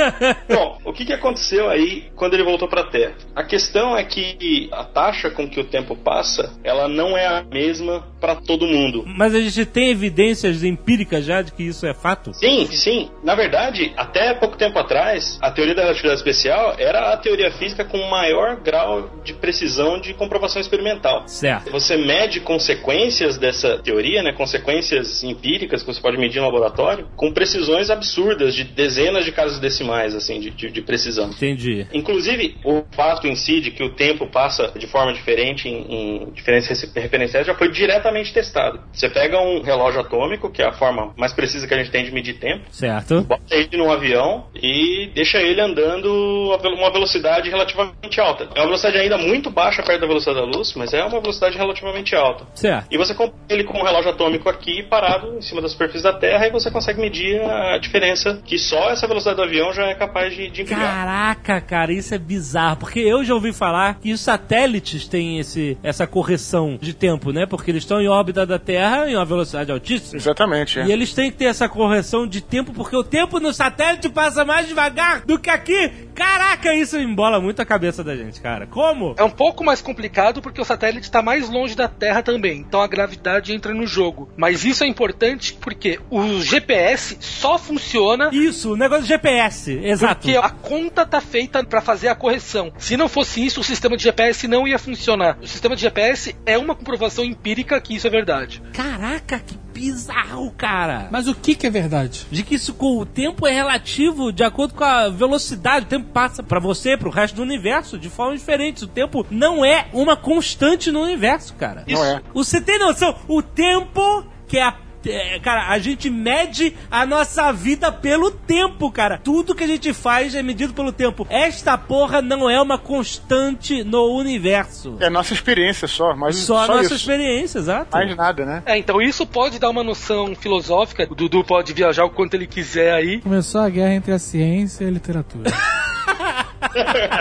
Speaker 6: Bom, o que, que aconteceu aí quando ele voltou pra Terra? A questão é que a taxa com que o tempo passa, ela não é a mesma pra todo mundo.
Speaker 2: Mas a gente tem evidências empíricas já de que isso é fato?
Speaker 6: Sim, sim. Na verdade, até pouco tempo atrás, a teoria da relatividade especial era a teoria física com maior grau de precisão de comprovação experimental.
Speaker 2: Certo.
Speaker 6: Você mede consequências dessa teoria, né, consequências empíricas que você pode medir no laboratório, com precisões absurdas de dezenas de casos decimais, assim, de, de- de precisão.
Speaker 2: Entendi.
Speaker 6: Inclusive, o fato em si de que o tempo passa de forma diferente em, em diferentes rece- referenciais já foi diretamente testado. Você pega um relógio atômico, que é a forma mais precisa que a gente tem de medir tempo,
Speaker 2: Certo.
Speaker 6: bota ele num avião e deixa ele andando a vel- uma velocidade relativamente alta. É uma velocidade ainda muito baixa perto da velocidade da luz, mas é uma velocidade relativamente alta.
Speaker 2: Certo.
Speaker 6: E você compara ele com um relógio atômico aqui parado em cima da superfície da Terra e você consegue medir a diferença que só essa velocidade do avião já é capaz de, de empilhar.
Speaker 2: Caraca, cara, isso é bizarro. Porque eu já ouvi falar que os satélites têm esse, essa correção de tempo, né? Porque eles estão em órbita da Terra em uma velocidade altíssima.
Speaker 4: Exatamente. é.
Speaker 2: E eles têm que ter essa correção de tempo, porque o tempo no satélite passa mais devagar do que aqui. Caraca, isso embola muito a cabeça da gente, cara. Como?
Speaker 5: É um pouco mais complicado porque o satélite está mais longe da Terra também, então a gravidade entra no jogo. Mas isso é importante porque o GPS só funciona
Speaker 2: Isso, o negócio do GPS, exato.
Speaker 5: porque a conta tá feita para fazer a correção. Se não fosse isso, o sistema de GPS não ia funcionar. O sistema de GPS é uma comprovação empírica que isso é verdade.
Speaker 2: Caraca, que bizarro, cara.
Speaker 7: Mas o que que é verdade?
Speaker 2: De que isso com o tempo é relativo de acordo com a velocidade. O tempo passa pra você, pro resto do universo, de formas diferentes. O tempo não é uma constante no universo, cara.
Speaker 4: Não é.
Speaker 2: Você tem noção? O tempo que é a. é, Cara, a gente mede a nossa vida pelo tempo, cara. Tudo que a gente faz é medido pelo tempo. Esta porra não é uma constante no universo.
Speaker 4: É nossa experiência só, mas
Speaker 2: Só
Speaker 4: só,
Speaker 2: a nossa
Speaker 4: isso.
Speaker 2: experiência, exato.
Speaker 4: Mais nada, né?
Speaker 5: É, então isso pode dar uma noção filosófica. O Dudu pode viajar o quanto ele quiser aí.
Speaker 7: Começou a guerra entre a ciência e a literatura.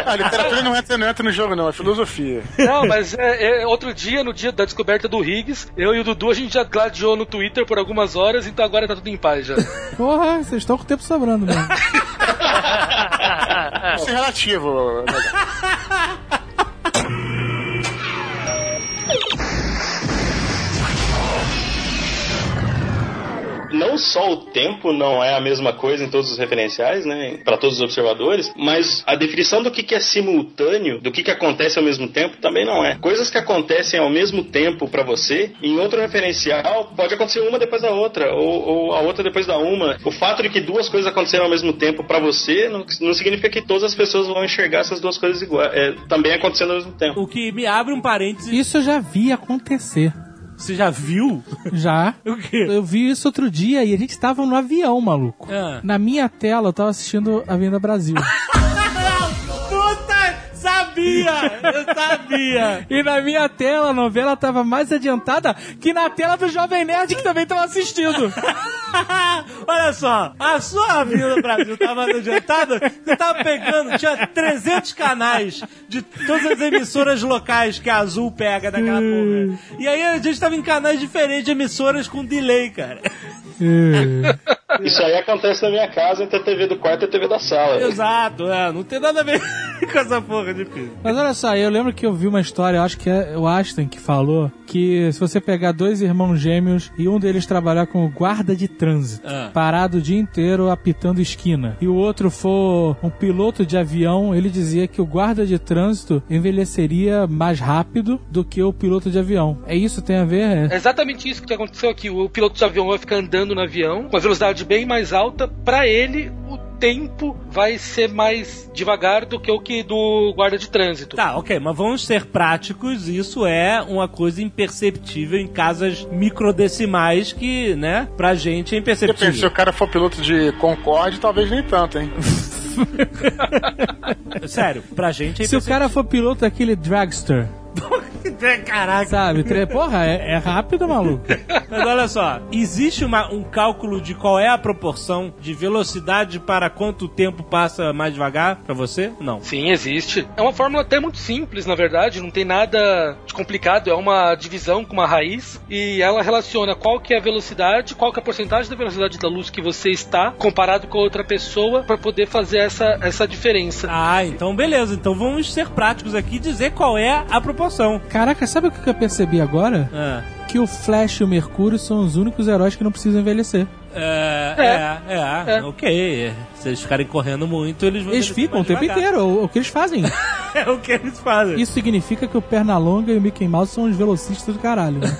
Speaker 4: A literatura não entra, não entra no jogo, não. É filosofia.
Speaker 5: Não, mas é, é, outro dia, no dia da descoberta do Higgs, eu e o Dudu a gente já gladiou no Twitter por algumas horas, então agora tá tudo em paz já.
Speaker 7: Porra, vocês estão com o tempo sobrando mesmo.
Speaker 4: Isso é relativo. né?
Speaker 6: não só o tempo não é a mesma coisa em todos os referenciais, né, para todos os observadores, mas a definição do que que é simultâneo, do que que acontece ao mesmo tempo, também não é. Coisas que acontecem ao mesmo tempo para você, em outro referencial, pode acontecer uma depois da outra, ou, ou a outra depois da uma. O fato de que duas coisas aconteceram ao mesmo tempo para você não, não significa que todas as pessoas vão enxergar essas duas coisas iguais, é, também acontecendo ao mesmo tempo.
Speaker 2: O que me abre um parêntese.
Speaker 7: Isso eu já vi acontecer.
Speaker 2: Você já viu?
Speaker 7: Já.
Speaker 2: O quê?
Speaker 7: Eu vi isso outro dia e a gente tava no avião, maluco.
Speaker 2: Ah.
Speaker 7: Na minha tela eu tava assistindo Avenida Brasil.
Speaker 2: Puta! Sabia! Eu sabia!
Speaker 7: E na minha tela a novela tava mais adiantada que na tela do Jovem Nerd que também tava assistindo.
Speaker 2: Ah, Olha só, a sua vida no Brasil tava adiantada, você tava pegando, tinha 300 canais de todas as emissoras locais que a Azul pega daquela Hum. porra. E aí a gente tava em canais diferentes de emissoras com delay, cara.
Speaker 6: Isso aí acontece na minha casa entre a TV do quarto e a TV da sala.
Speaker 2: Exato, é, não tem nada a ver com essa porra de filme.
Speaker 7: Mas olha só, eu lembro que eu vi uma história, eu acho que é o Ashton que falou, que se você pegar dois irmãos gêmeos e um deles trabalhar como guarda de trânsito,
Speaker 2: Ah.
Speaker 7: parado o dia inteiro apitando esquina, e o outro for um piloto de avião, ele dizia que o guarda de trânsito envelheceria mais rápido do que o piloto de avião. É isso tem a ver?
Speaker 5: É exatamente isso que aconteceu aqui. O piloto de avião vai ficar andando no avião com a velocidade bem mais alta. Pra ele, o tempo vai ser mais devagar do que o que do guarda de trânsito.
Speaker 2: Tá, ok, mas vamos ser práticos, isso é uma coisa imperceptível em casas microdecimais que, né, pra gente é
Speaker 4: Depende, se
Speaker 2: imperceptível.
Speaker 4: o cara for piloto de Concorde, talvez nem tanto, hein?
Speaker 2: Sério, pra gente é
Speaker 7: Se o cara for piloto daquele dragster,
Speaker 2: imperceptível. Caraca.
Speaker 7: sabe? Tre- Porra, é, é rápido, maluco.
Speaker 2: Mas olha só, existe uma- um cálculo de qual é a proporção de velocidade para quanto tempo passa mais devagar pra você? Não.
Speaker 5: Sim, existe. É uma fórmula até muito simples, na verdade, não tem nada de complicado, é uma divisão com uma raiz e ela relaciona qual que é a velocidade, qual que é a porcentagem da velocidade da luz que você está comparado com a outra pessoa para poder fazer essa, essa diferença.
Speaker 2: Ah, então beleza. Então vamos ser práticos aqui e dizer qual é a proporção.
Speaker 7: Caraca, sabe o que eu percebi agora?
Speaker 2: Ah,
Speaker 7: Que o Flash e o Mercúrio são os únicos heróis que não precisam envelhecer.
Speaker 2: é, é, é,
Speaker 5: É.
Speaker 2: ok. Se eles ficarem correndo muito, eles vão.
Speaker 7: Eles ficam o tempo inteiro, o, o que eles fazem.
Speaker 2: É o que eles fazem.
Speaker 7: Isso significa que o Pernalonga e o Mickey Mouse são os velocistas do caralho, né?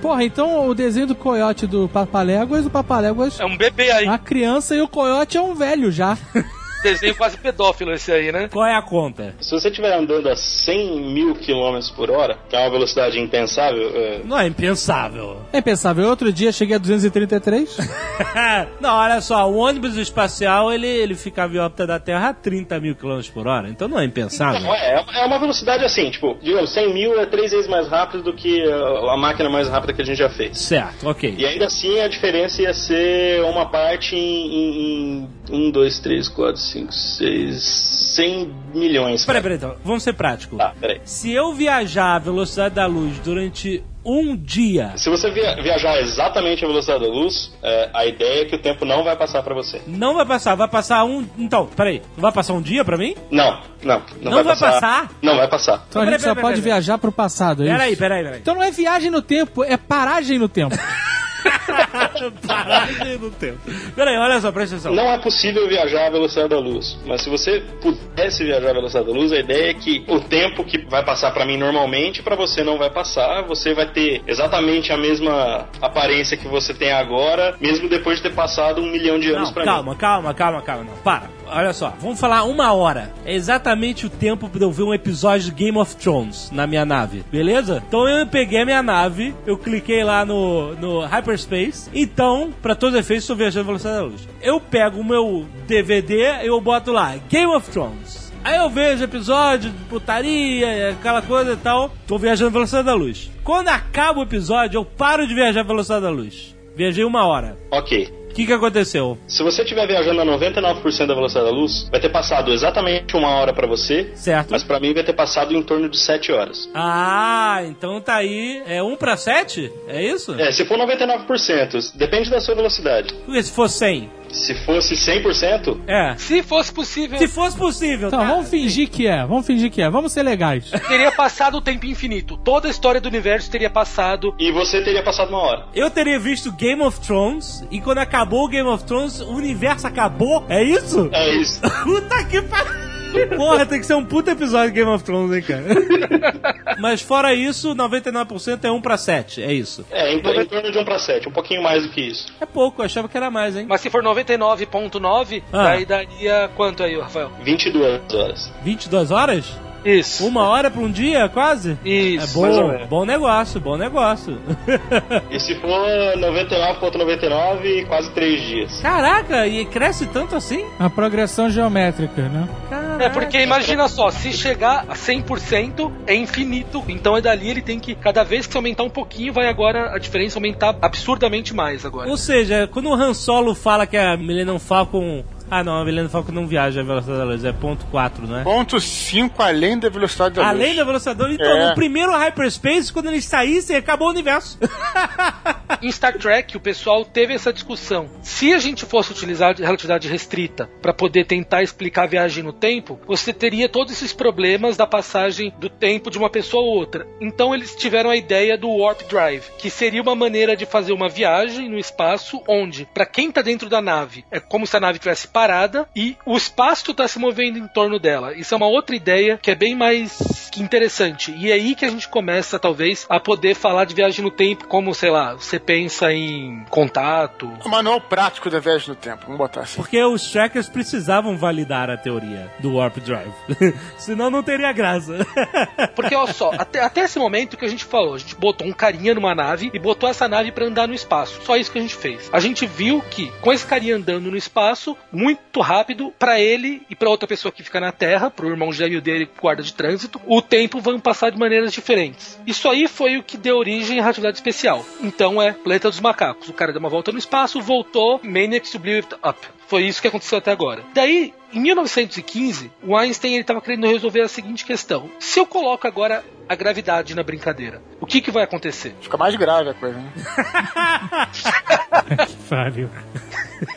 Speaker 7: Porra, então o desenho do coiote do Papaléguas, o Papaléguas
Speaker 5: É um bebê aí,
Speaker 7: é uma criança e o coiote é um velho já.
Speaker 2: Ah.
Speaker 5: desenho quase pedófilo esse aí, né?
Speaker 2: Qual é a conta?
Speaker 6: Se você estiver andando a 100 mil quilômetros por hora, que é uma velocidade impensável, é,
Speaker 2: Não é impensável.
Speaker 7: É pensável, outro dia cheguei a 233.
Speaker 2: Não, olha só, o ônibus espacial ele, ele fica a órbita da Terra a 30 mil km por hora, então não é impensável.
Speaker 6: não, é, é uma velocidade assim, tipo, digamos, 100 mil é três vezes mais rápido do que é, a, a máquina mais rápida que a gente já fez.
Speaker 2: Certo, ok.
Speaker 6: E ainda assim a diferença ia ser uma parte em, em, em 1, 2, 3, 4, 5, 6, 100 milhões.
Speaker 2: Peraí, peraí, então, vamos ser práticos.
Speaker 6: Tá, peraí.
Speaker 2: Se eu viajar à velocidade da luz durante um dia,
Speaker 6: Se você via- viajar exatamente a velocidade da luz, é, a ideia é que o tempo não vai passar pra você.
Speaker 2: não vai passar, vai passar um. Então, peraí, não vai passar um dia pra mim?
Speaker 6: Não, não. Não,
Speaker 2: Não vai passar?
Speaker 6: Não vai passar.
Speaker 7: Então a
Speaker 2: Peraí,
Speaker 7: gente só
Speaker 2: peraí,
Speaker 7: pode
Speaker 2: peraí.
Speaker 7: viajar pro passado, é isso?
Speaker 2: Peraí, peraí, peraí.
Speaker 7: Então não é viagem no tempo, é paragem no tempo.
Speaker 6: Tá
Speaker 2: Paragem do tempo. Peraí, olha só, presta atenção.
Speaker 6: Não é possível viajar à velocidade da luz, mas se você pudesse viajar à velocidade da luz, a ideia é que o tempo que vai passar pra mim normalmente, pra você não vai passar, você vai ter exatamente a mesma aparência que você tem agora, mesmo depois de ter passado um milhão de anos
Speaker 2: Não,
Speaker 6: pra mim.
Speaker 2: calma, calma, calma, calma, não. Para. Olha só, vamos falar uma hora. É exatamente o tempo pra eu ver um episódio de Game of Thrones na minha nave, beleza? Então eu peguei a minha nave, eu cliquei lá no, no Hyperspace. Então, pra todos os efeitos, estou viajando à velocidade da luz. Eu pego o meu DVD e eu boto lá, Game of Thrones. Aí eu vejo episódio de putaria, aquela coisa e tal. Tô viajando à velocidade da luz. Quando acaba o episódio, eu paro de viajar à velocidade da luz. Viajei uma hora.
Speaker 6: Ok.
Speaker 2: O que, que aconteceu?
Speaker 6: Se você estiver viajando a 99% da velocidade da luz, vai ter passado exatamente uma hora pra você,
Speaker 2: Certo.
Speaker 6: mas pra mim vai ter passado em torno de 7 horas.
Speaker 2: Ah, então tá aí. É 1 pra 7? É isso?
Speaker 6: É, se for 99%, depende da sua velocidade.
Speaker 2: Porque se for 100.
Speaker 6: Se fosse 100%,
Speaker 2: É.
Speaker 5: Se fosse possível,
Speaker 2: Se fosse possível,
Speaker 7: Então
Speaker 2: tá?
Speaker 7: vamos fingir que é, vamos fingir que é, vamos ser legais.
Speaker 5: teria passado o tempo infinito. Toda a história do universo teria passado.
Speaker 6: e você teria passado uma hora.
Speaker 2: Eu teria visto Game of Thrones e quando acabou o Game of Thrones, o universo acabou? É isso?
Speaker 6: É isso.
Speaker 2: Puta que pariu! Porra, tem que ser um puta episódio de Game of Thrones, hein, cara? Mas fora isso, 99% é 1 pra 7, é isso.
Speaker 6: É, em, tor- em torno de 1 para 7, um pouquinho mais do que isso.
Speaker 2: É pouco, eu achava que era mais, hein?
Speaker 5: Mas se for 99.9,
Speaker 2: Ah.
Speaker 5: daí daria quanto aí, Rafael?
Speaker 6: 22 horas.
Speaker 2: 22 horas?
Speaker 5: Isso.
Speaker 2: Uma hora pra um dia, quase?
Speaker 5: Isso.
Speaker 2: É
Speaker 6: mais ou
Speaker 2: bom,
Speaker 6: menos.
Speaker 2: bom negócio, bom negócio.
Speaker 6: E se for 99,99, quase 3 dias.
Speaker 2: Caraca, e cresce tanto assim?
Speaker 7: A progressão geométrica, né?
Speaker 2: Caraca.
Speaker 5: É porque imagina só, se chegar a 100% é infinito, então é dali ele tem que cada vez que se aumentar um pouquinho vai agora a diferença aumentar absurdamente mais agora.
Speaker 2: Ou seja, quando o Han Solo fala que a Millennium Falcon Ah, não, a Milena Falco não viaja a velocidade da luz, é ponto 4, não é?
Speaker 4: Ponto 5 além da velocidade da luz.
Speaker 2: Além da velocidade da luz, então,
Speaker 4: É.
Speaker 2: no primeiro hyperspace, quando eles saíssem, acabou o universo.
Speaker 5: Em Star Trek, o pessoal teve essa discussão. Se a gente fosse utilizar de relatividade restrita para poder tentar explicar a viagem no tempo, você teria todos esses problemas da passagem do tempo de uma pessoa a outra. Então eles tiveram a ideia do warp drive, que seria uma maneira de fazer uma viagem no espaço onde, para quem tá dentro da nave, é como se a nave tivesse parada e o espaço tá se movendo em torno dela. Isso é uma outra ideia que é bem mais que interessante. E é aí que a gente começa, talvez, a poder falar de viagem no tempo, como, sei lá, você pensa em contato.
Speaker 4: O manual prático da viagem no tempo, vamos botar assim.
Speaker 2: Porque os trackers precisavam validar a teoria do Warp Drive. Senão não teria graça.
Speaker 5: Porque, olha só, até, até esse momento que a gente falou, a gente botou um carinha numa nave e botou essa nave pra andar no espaço. Só isso que a gente fez. A gente viu que, com esse carinha andando no espaço, muito rápido, pra ele e pra outra pessoa que fica na Terra, pro irmão gêmeo dele, guarda de trânsito, o tempo vai passar de maneiras diferentes. Isso aí foi o que deu origem à radioatividade especial. Então é Planeta dos Macacos. O cara deu uma volta no espaço, voltou, Maniacs to Blew It Up. Foi isso que aconteceu até agora. Daí, em 1915, o Einstein estava querendo resolver a seguinte questão: se eu coloco agora a gravidade na brincadeira, o que, que vai acontecer?
Speaker 4: Fica mais grave a coisa, né?
Speaker 2: Fábio.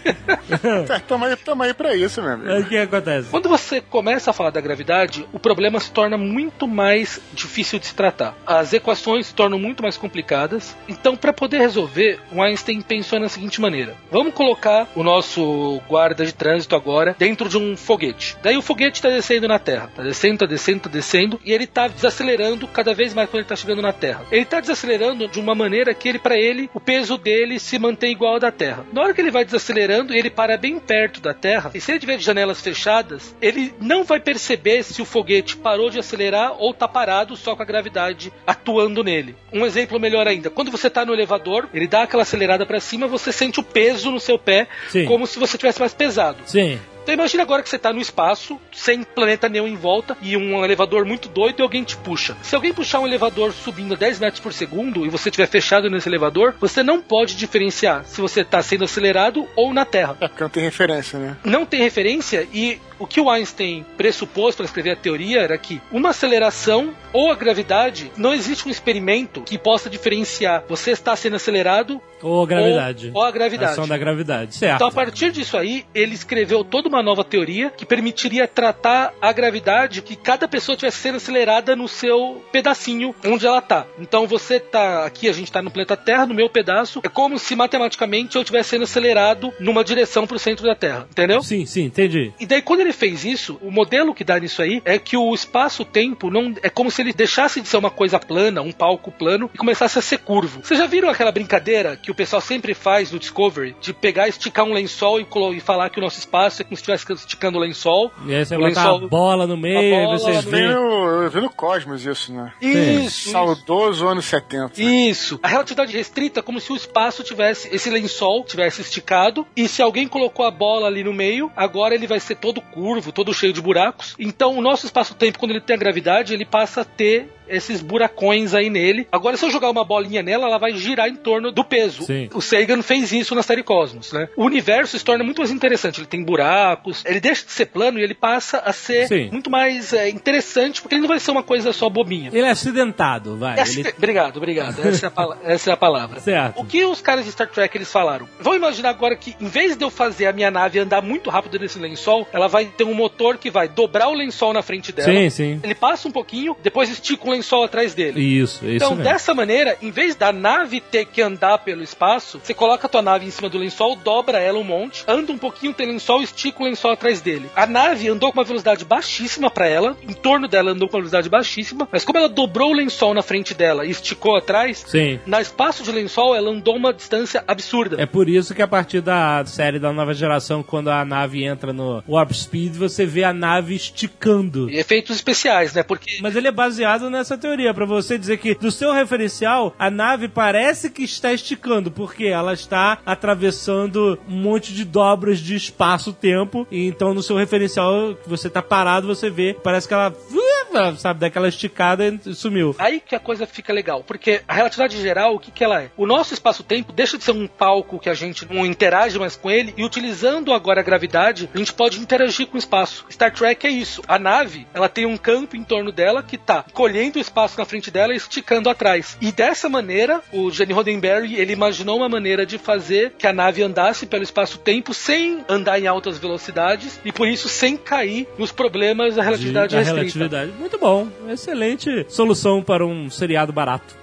Speaker 2: É.
Speaker 4: Tá, tamo aí, tamo aí pra isso, meu amigo.
Speaker 2: O que acontece?
Speaker 5: Quando você começa a falar da gravidade, o problema se torna muito mais difícil de se tratar. As equações se tornam muito mais complicadas. Então, para poder resolver, o Einstein pensou na seguinte maneira: vamos colocar o nosso guarda de trânsito agora dentro de um foguete. Daí o foguete está descendo na Terra, está descendo, está descendo, está descendo, e ele está desacelerando cada vez mais quando ele está chegando na Terra. Ele está desacelerando de uma maneira que ele, para ele, o peso dele se mantém igual ao da Terra. Na hora que ele vai desacelerando, ele para bem perto da Terra. E se ele tiver de janelas fechadas, ele não vai perceber se o foguete parou de acelerar ou tá parado só com a gravidade atuando nele. Um exemplo melhor ainda: quando você tá no elevador, ele dá aquela acelerada para cima, você sente o peso no seu pé,
Speaker 2: Sim.
Speaker 5: como se você tivesse mais pesado.
Speaker 2: Sim.
Speaker 5: Então imagina agora que você tá no espaço, sem planeta nenhum em volta, e um elevador muito doido e alguém te puxa. Se alguém puxar um elevador subindo a 10 metros por segundo e você estiver fechado nesse elevador, você não pode diferenciar se você tá sendo acelerado ou na Terra
Speaker 4: É, Porque não tem referência, né?
Speaker 5: não tem referência e o que o Einstein pressupôs para escrever a teoria era que uma aceleração ou a gravidade não existe um experimento que possa diferenciar você está sendo acelerado
Speaker 2: Ou a gravidade.
Speaker 5: Ou- ou a gravidade.
Speaker 2: Ação da gravidade. Certo.
Speaker 5: então, a partir disso aí, ele escreveu toda uma nova teoria que permitiria tratar a gravidade que cada pessoa tivesse sendo acelerada no seu pedacinho onde ela tá. Então, você tá aqui, a gente tá no planeta Terra, no meu pedaço, é como se matematicamente eu estivesse sendo acelerado numa direção pro centro da Terra, entendeu?
Speaker 2: Sim, sim, entendi.
Speaker 5: E daí, quando ele fez isso, o modelo que dá nisso aí é que o espaço-tempo não é como se ele deixasse de ser uma coisa plana, um palco plano, e começasse a ser curvo. Vocês já viram aquela brincadeira que o pessoal sempre faz no Discovery de pegar, esticar um lençol e, colo- e falar que o nosso espaço é como se estivesse esticando o lençol?
Speaker 2: E aí você
Speaker 5: O
Speaker 2: botar
Speaker 5: lençol-
Speaker 2: a bola no meio,
Speaker 5: bola
Speaker 2: aí você
Speaker 5: lá no
Speaker 4: Eu vi
Speaker 2: vê.
Speaker 4: no, eu vi no Cosmos isso, né?
Speaker 5: Isso! isso.
Speaker 4: Saudoso ano 70. né?
Speaker 5: Isso. A relatividade restrita é como se o espaço tivesse, esse lençol tivesse esticado e se alguém colocou a bola ali no meio, agora ele vai ser todo curvo, todo cheio de buracos. Então o nosso espaço-tempo, quando ele tem a gravidade, ele passa a ter esses buracões aí nele. Agora se eu jogar uma bolinha nela, ela vai girar em torno do peso.
Speaker 2: Sim.
Speaker 5: O Sagan fez isso na série Cosmos, né? O universo se torna muito mais interessante. Ele tem buracos, ele deixa de ser plano e ele passa a ser
Speaker 2: Sim.
Speaker 5: muito mais é, interessante, porque ele não vai ser uma coisa só bobinha.
Speaker 2: Ele é acidentado, vai.
Speaker 5: É
Speaker 2: Ele-
Speaker 5: acidente- Obrigado, obrigado. Essa é, a pala- essa é a palavra.
Speaker 2: Certo.
Speaker 5: O que os caras de Star Trek eles falaram? Vão imaginar agora que, em vez de eu fazer a minha nave andar muito rápido nesse lençol, ela vai ter um motor que vai dobrar o lençol na frente dela.
Speaker 2: Sim, sim.
Speaker 5: Ele passa um pouquinho, depois estica um lençol atrás dele.
Speaker 2: Isso, isso
Speaker 5: Então,
Speaker 2: mesmo.
Speaker 5: dessa maneira, em vez da nave ter que andar pelo espaço, você coloca a tua nave em cima do lençol, dobra ela um monte, anda um pouquinho, tem lençol, estica o lençol atrás dele. A nave andou com uma velocidade baixíssima pra ela, em torno dela andou com uma velocidade baixíssima, mas como ela dobrou o lençol na frente dela e esticou atrás,
Speaker 2: Sim.
Speaker 5: na espaço de lençol ela andou uma distância absurda.
Speaker 2: É por isso que a partir da série da nova geração, quando a nave entra no Warp Speed, você vê a nave esticando.
Speaker 5: E efeitos especiais, né? Porque
Speaker 2: Mas ele é baseado nessa teoria, pra você dizer que do seu referencial, a nave parece que está esticando, porque ela está atravessando um monte de dobras de espaço-tempo, e então no seu referencial, que você tá parado, você vê, parece que ela ela, sabe, daquela esticada e sumiu.
Speaker 5: Aí que a coisa fica legal, porque a relatividade geral, o que, que ela é? O nosso espaço-tempo deixa de ser um palco que a gente não interage mais com ele, e utilizando agora a gravidade, a gente pode interagir com o espaço. Star Trek é isso. A nave, ela tem um campo em torno dela que tá colhendo o espaço na frente dela e esticando atrás. E dessa maneira, o Gene Roddenberry, ele imaginou uma maneira de fazer que a nave andasse pelo espaço-tempo sem andar em altas velocidades e por isso sem cair nos problemas da relatividade
Speaker 2: De- da
Speaker 5: restrita.
Speaker 2: relatividade. Muito bom. Excelente solução para um seriado barato.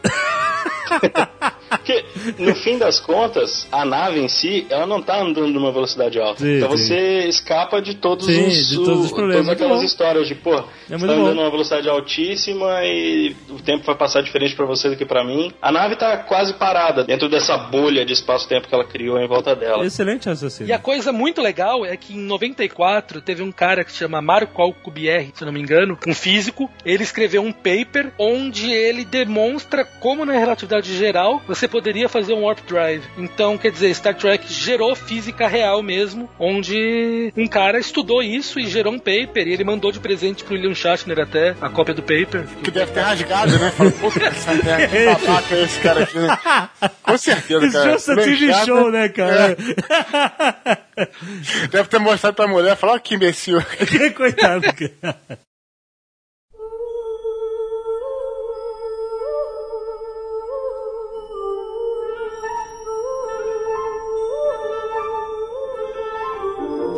Speaker 6: Porque, no fim das contas, a nave em si, ela não tá andando numa velocidade alta.
Speaker 2: Sim,
Speaker 6: então
Speaker 2: sim.
Speaker 6: você escapa de todos
Speaker 2: Sim,
Speaker 6: os...
Speaker 2: de todos os
Speaker 6: o-
Speaker 2: problemas.
Speaker 6: Todas
Speaker 2: Muito
Speaker 6: aquelas
Speaker 2: bom. É
Speaker 6: histórias de, pô,
Speaker 2: muito
Speaker 6: você tá
Speaker 2: bom.
Speaker 6: andando numa velocidade altíssima e o tempo vai passar diferente pra você do que pra mim. A nave tá quase parada dentro dessa bolha de espaço-tempo que ela criou em volta dela.
Speaker 2: Excelente raciocínio.
Speaker 5: Tá E a coisa muito legal é que em 94 teve um cara que se chama Marco Alcubierre, se eu não me engano, um físico. Ele escreveu um paper onde ele demonstra como na relatividade geral você poderia fazer um warp drive. Então, quer dizer, Star Trek gerou física real mesmo, onde um cara estudou isso e gerou um paper. E ele mandou de presente pro William Shatner até a cópia do paper.
Speaker 4: Que deve ter rasgado, né? Fala, puta, essa merda, que babaca é esse cara aqui, né? Com certeza, cara.
Speaker 2: Just a
Speaker 4: Bem
Speaker 2: TV
Speaker 4: chato.
Speaker 2: show, né, cara?
Speaker 5: É.
Speaker 4: Deve ter mostrado pra mulher, falar, ó, que imbecil.
Speaker 2: Coitado, cara.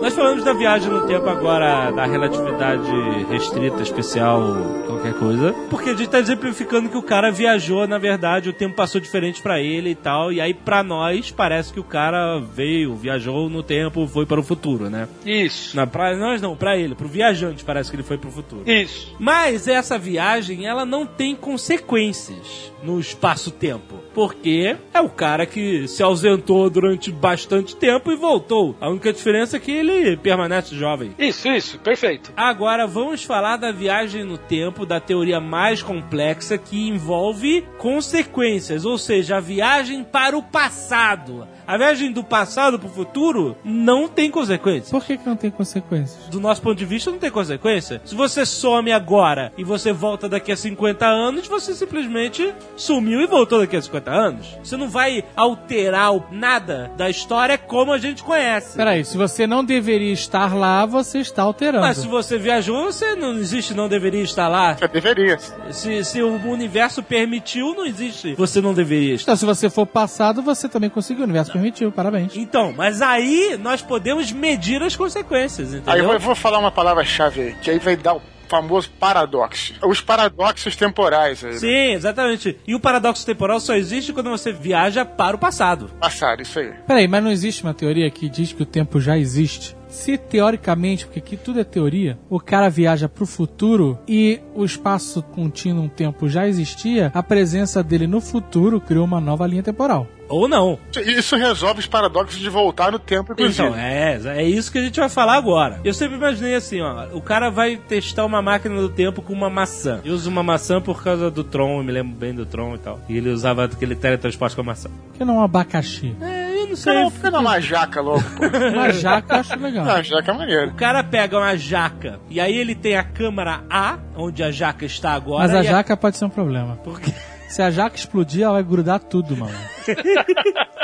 Speaker 2: Nós falamos da viagem no tempo agora, da relatividade restrita, especial, qualquer coisa. Porque a gente tá exemplificando que o cara viajou, na verdade, o tempo passou diferente pra ele e tal. E aí, pra nós, parece que o cara veio, viajou no tempo, foi para o futuro, né?
Speaker 5: Isso.
Speaker 2: Não, pra nós não, pra ele, pro viajante parece que ele foi pro futuro.
Speaker 5: Isso.
Speaker 2: Mas essa viagem, ela não tem consequências no espaço-tempo. Porque é o cara que se ausentou durante bastante tempo e voltou. A única diferença é que ele permanece jovem.
Speaker 5: Isso, isso. Perfeito.
Speaker 2: Agora vamos falar da viagem no tempo, da teoria mais complexa que envolve consequências, ou seja, a viagem para o passado. A viagem do passado para o futuro não tem consequências
Speaker 7: Por que, que não tem consequências?
Speaker 2: do nosso ponto de vista, não tem consequência. Se você some agora e você volta daqui a 50 anos, você simplesmente sumiu e voltou daqui a 50 anos. Você não vai alterar o- nada da história como a gente conhece.
Speaker 7: Peraí, se você não deveria estar lá, você está alterando.
Speaker 2: Mas se você viajou, você não existe, não deveria estar lá.
Speaker 4: Eu deveria.
Speaker 2: Se, se o universo permitiu, não existe. Você não deveria estar.
Speaker 7: Então, se você for passado, você também conseguiu. O universo permitiu, parabéns.
Speaker 2: Então, mas aí nós podemos medir as consequências, entendeu?
Speaker 4: Aí eu vou, vou falar uma palavra-chave aí, que aí vai dar o famoso paradoxo. Os paradoxos temporais aí. né?
Speaker 2: Sim, exatamente. E o paradoxo temporal só existe quando você viaja para o passado.
Speaker 4: Passaram, isso aí.
Speaker 7: Peraí, mas não existe uma teoria que diz que o tempo já existe? Se teoricamente, porque aqui tudo é teoria, o cara viaja pro futuro e o espaço contínuo um tempo já existia, a presença dele no futuro criou uma nova linha temporal.
Speaker 2: Ou não.
Speaker 4: Isso resolve os paradoxos de voltar no tempo, inclusive.
Speaker 2: Então, é, é isso que a gente vai falar agora. Eu sempre imaginei assim, ó, o cara vai testar uma máquina do tempo com uma maçã. Eu uso uma maçã por causa do Tron, eu me lembro bem do Tron e tal. E ele usava aquele teletransporte com a maçã.
Speaker 7: Por que não um abacaxi?
Speaker 2: É, eu não sei.
Speaker 4: Não, fica numa jaca logo, pô.
Speaker 7: Uma jaca eu acho legal.
Speaker 4: Ah, jaca é maneiro.
Speaker 2: O cara pega uma jaca e aí ele tem a câmara A, onde a jaca está agora.
Speaker 7: Mas a
Speaker 2: e
Speaker 7: jaca pode ser um problema.
Speaker 2: é- Por quê?
Speaker 7: Se a jaca explodir, ela vai grudar tudo, mano.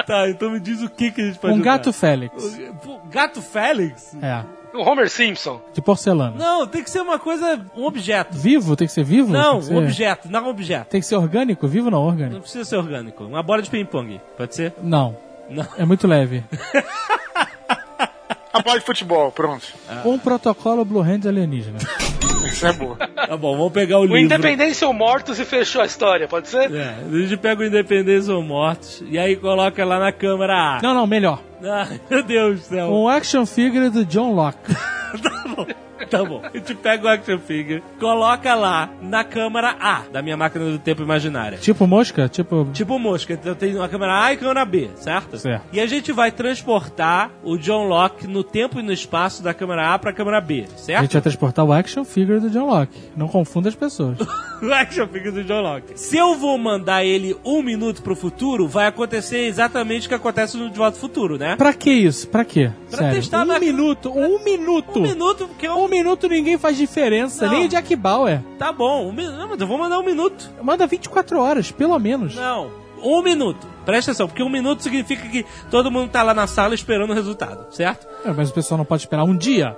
Speaker 2: Tá, então me diz o que, que a gente pode
Speaker 7: Um
Speaker 2: usar.
Speaker 7: gato Félix.
Speaker 2: O- o Gato Félix?
Speaker 7: É,
Speaker 5: O Homer Simpson.
Speaker 7: de porcelana.
Speaker 2: Não, tem que ser uma coisa, um objeto.
Speaker 7: Vivo? Tem que ser vivo?
Speaker 2: Não,
Speaker 7: tem que ser...
Speaker 2: um objeto, não um objeto.
Speaker 7: Tem que ser orgânico? Vivo não
Speaker 2: Não
Speaker 7: orgânico?
Speaker 2: precisa ser orgânico. Uma bola de ping-pong, pode ser?
Speaker 7: Não.
Speaker 2: Não.
Speaker 7: É muito leve.
Speaker 4: A bola de futebol, pronto.
Speaker 2: Ah.
Speaker 7: Ou um protocolo Blue Hands alienígena.
Speaker 4: Isso é boa.
Speaker 2: Tá bom, vamos pegar o,
Speaker 5: O
Speaker 2: livro.
Speaker 5: Independência ou Mortos e fechou a história, pode ser?
Speaker 2: É, a gente pega o Independência ou Mortos e aí coloca lá na câmera A.
Speaker 7: Não, não, melhor.
Speaker 2: Ah, meu Deus do céu.
Speaker 7: Um action figure do John Locke.
Speaker 2: Tá bom, tá bom. A gente pega o action figure, coloca lá na câmera A da minha máquina do tempo imaginária.
Speaker 7: Tipo mosca? Tipo.
Speaker 2: Tipo mosca, então tem uma câmera A e câmera B, certo?
Speaker 7: Certo.
Speaker 2: E a gente vai transportar o John Locke no tempo e no espaço da câmera A pra câmera B,
Speaker 7: A
Speaker 2: certo?
Speaker 7: gente vai transportar o action figure do John Locke. Não confunda as pessoas.
Speaker 2: O action figure do John Locke. Se eu vou mandar ele um minuto pro futuro, vai acontecer exatamente o que acontece no De Volta ao Futuro, né?
Speaker 7: Pra que isso? Pra quê?
Speaker 2: Pra
Speaker 7: Sério.
Speaker 2: testar
Speaker 7: um
Speaker 2: na-
Speaker 7: minuto, um minuto.
Speaker 2: Um minuto, porque é um,
Speaker 7: Um minuto ninguém faz diferença,
Speaker 2: Não.
Speaker 7: nem o Jack Bauer.
Speaker 2: Tá bom, um minuto. Não, mas eu vou mandar um minuto.
Speaker 7: Manda 24 horas, pelo menos.
Speaker 2: Não, um minuto. Presta atenção, porque um minuto significa que todo mundo tá lá na sala esperando o resultado, certo?
Speaker 7: É, mas o pessoal não pode esperar um dia.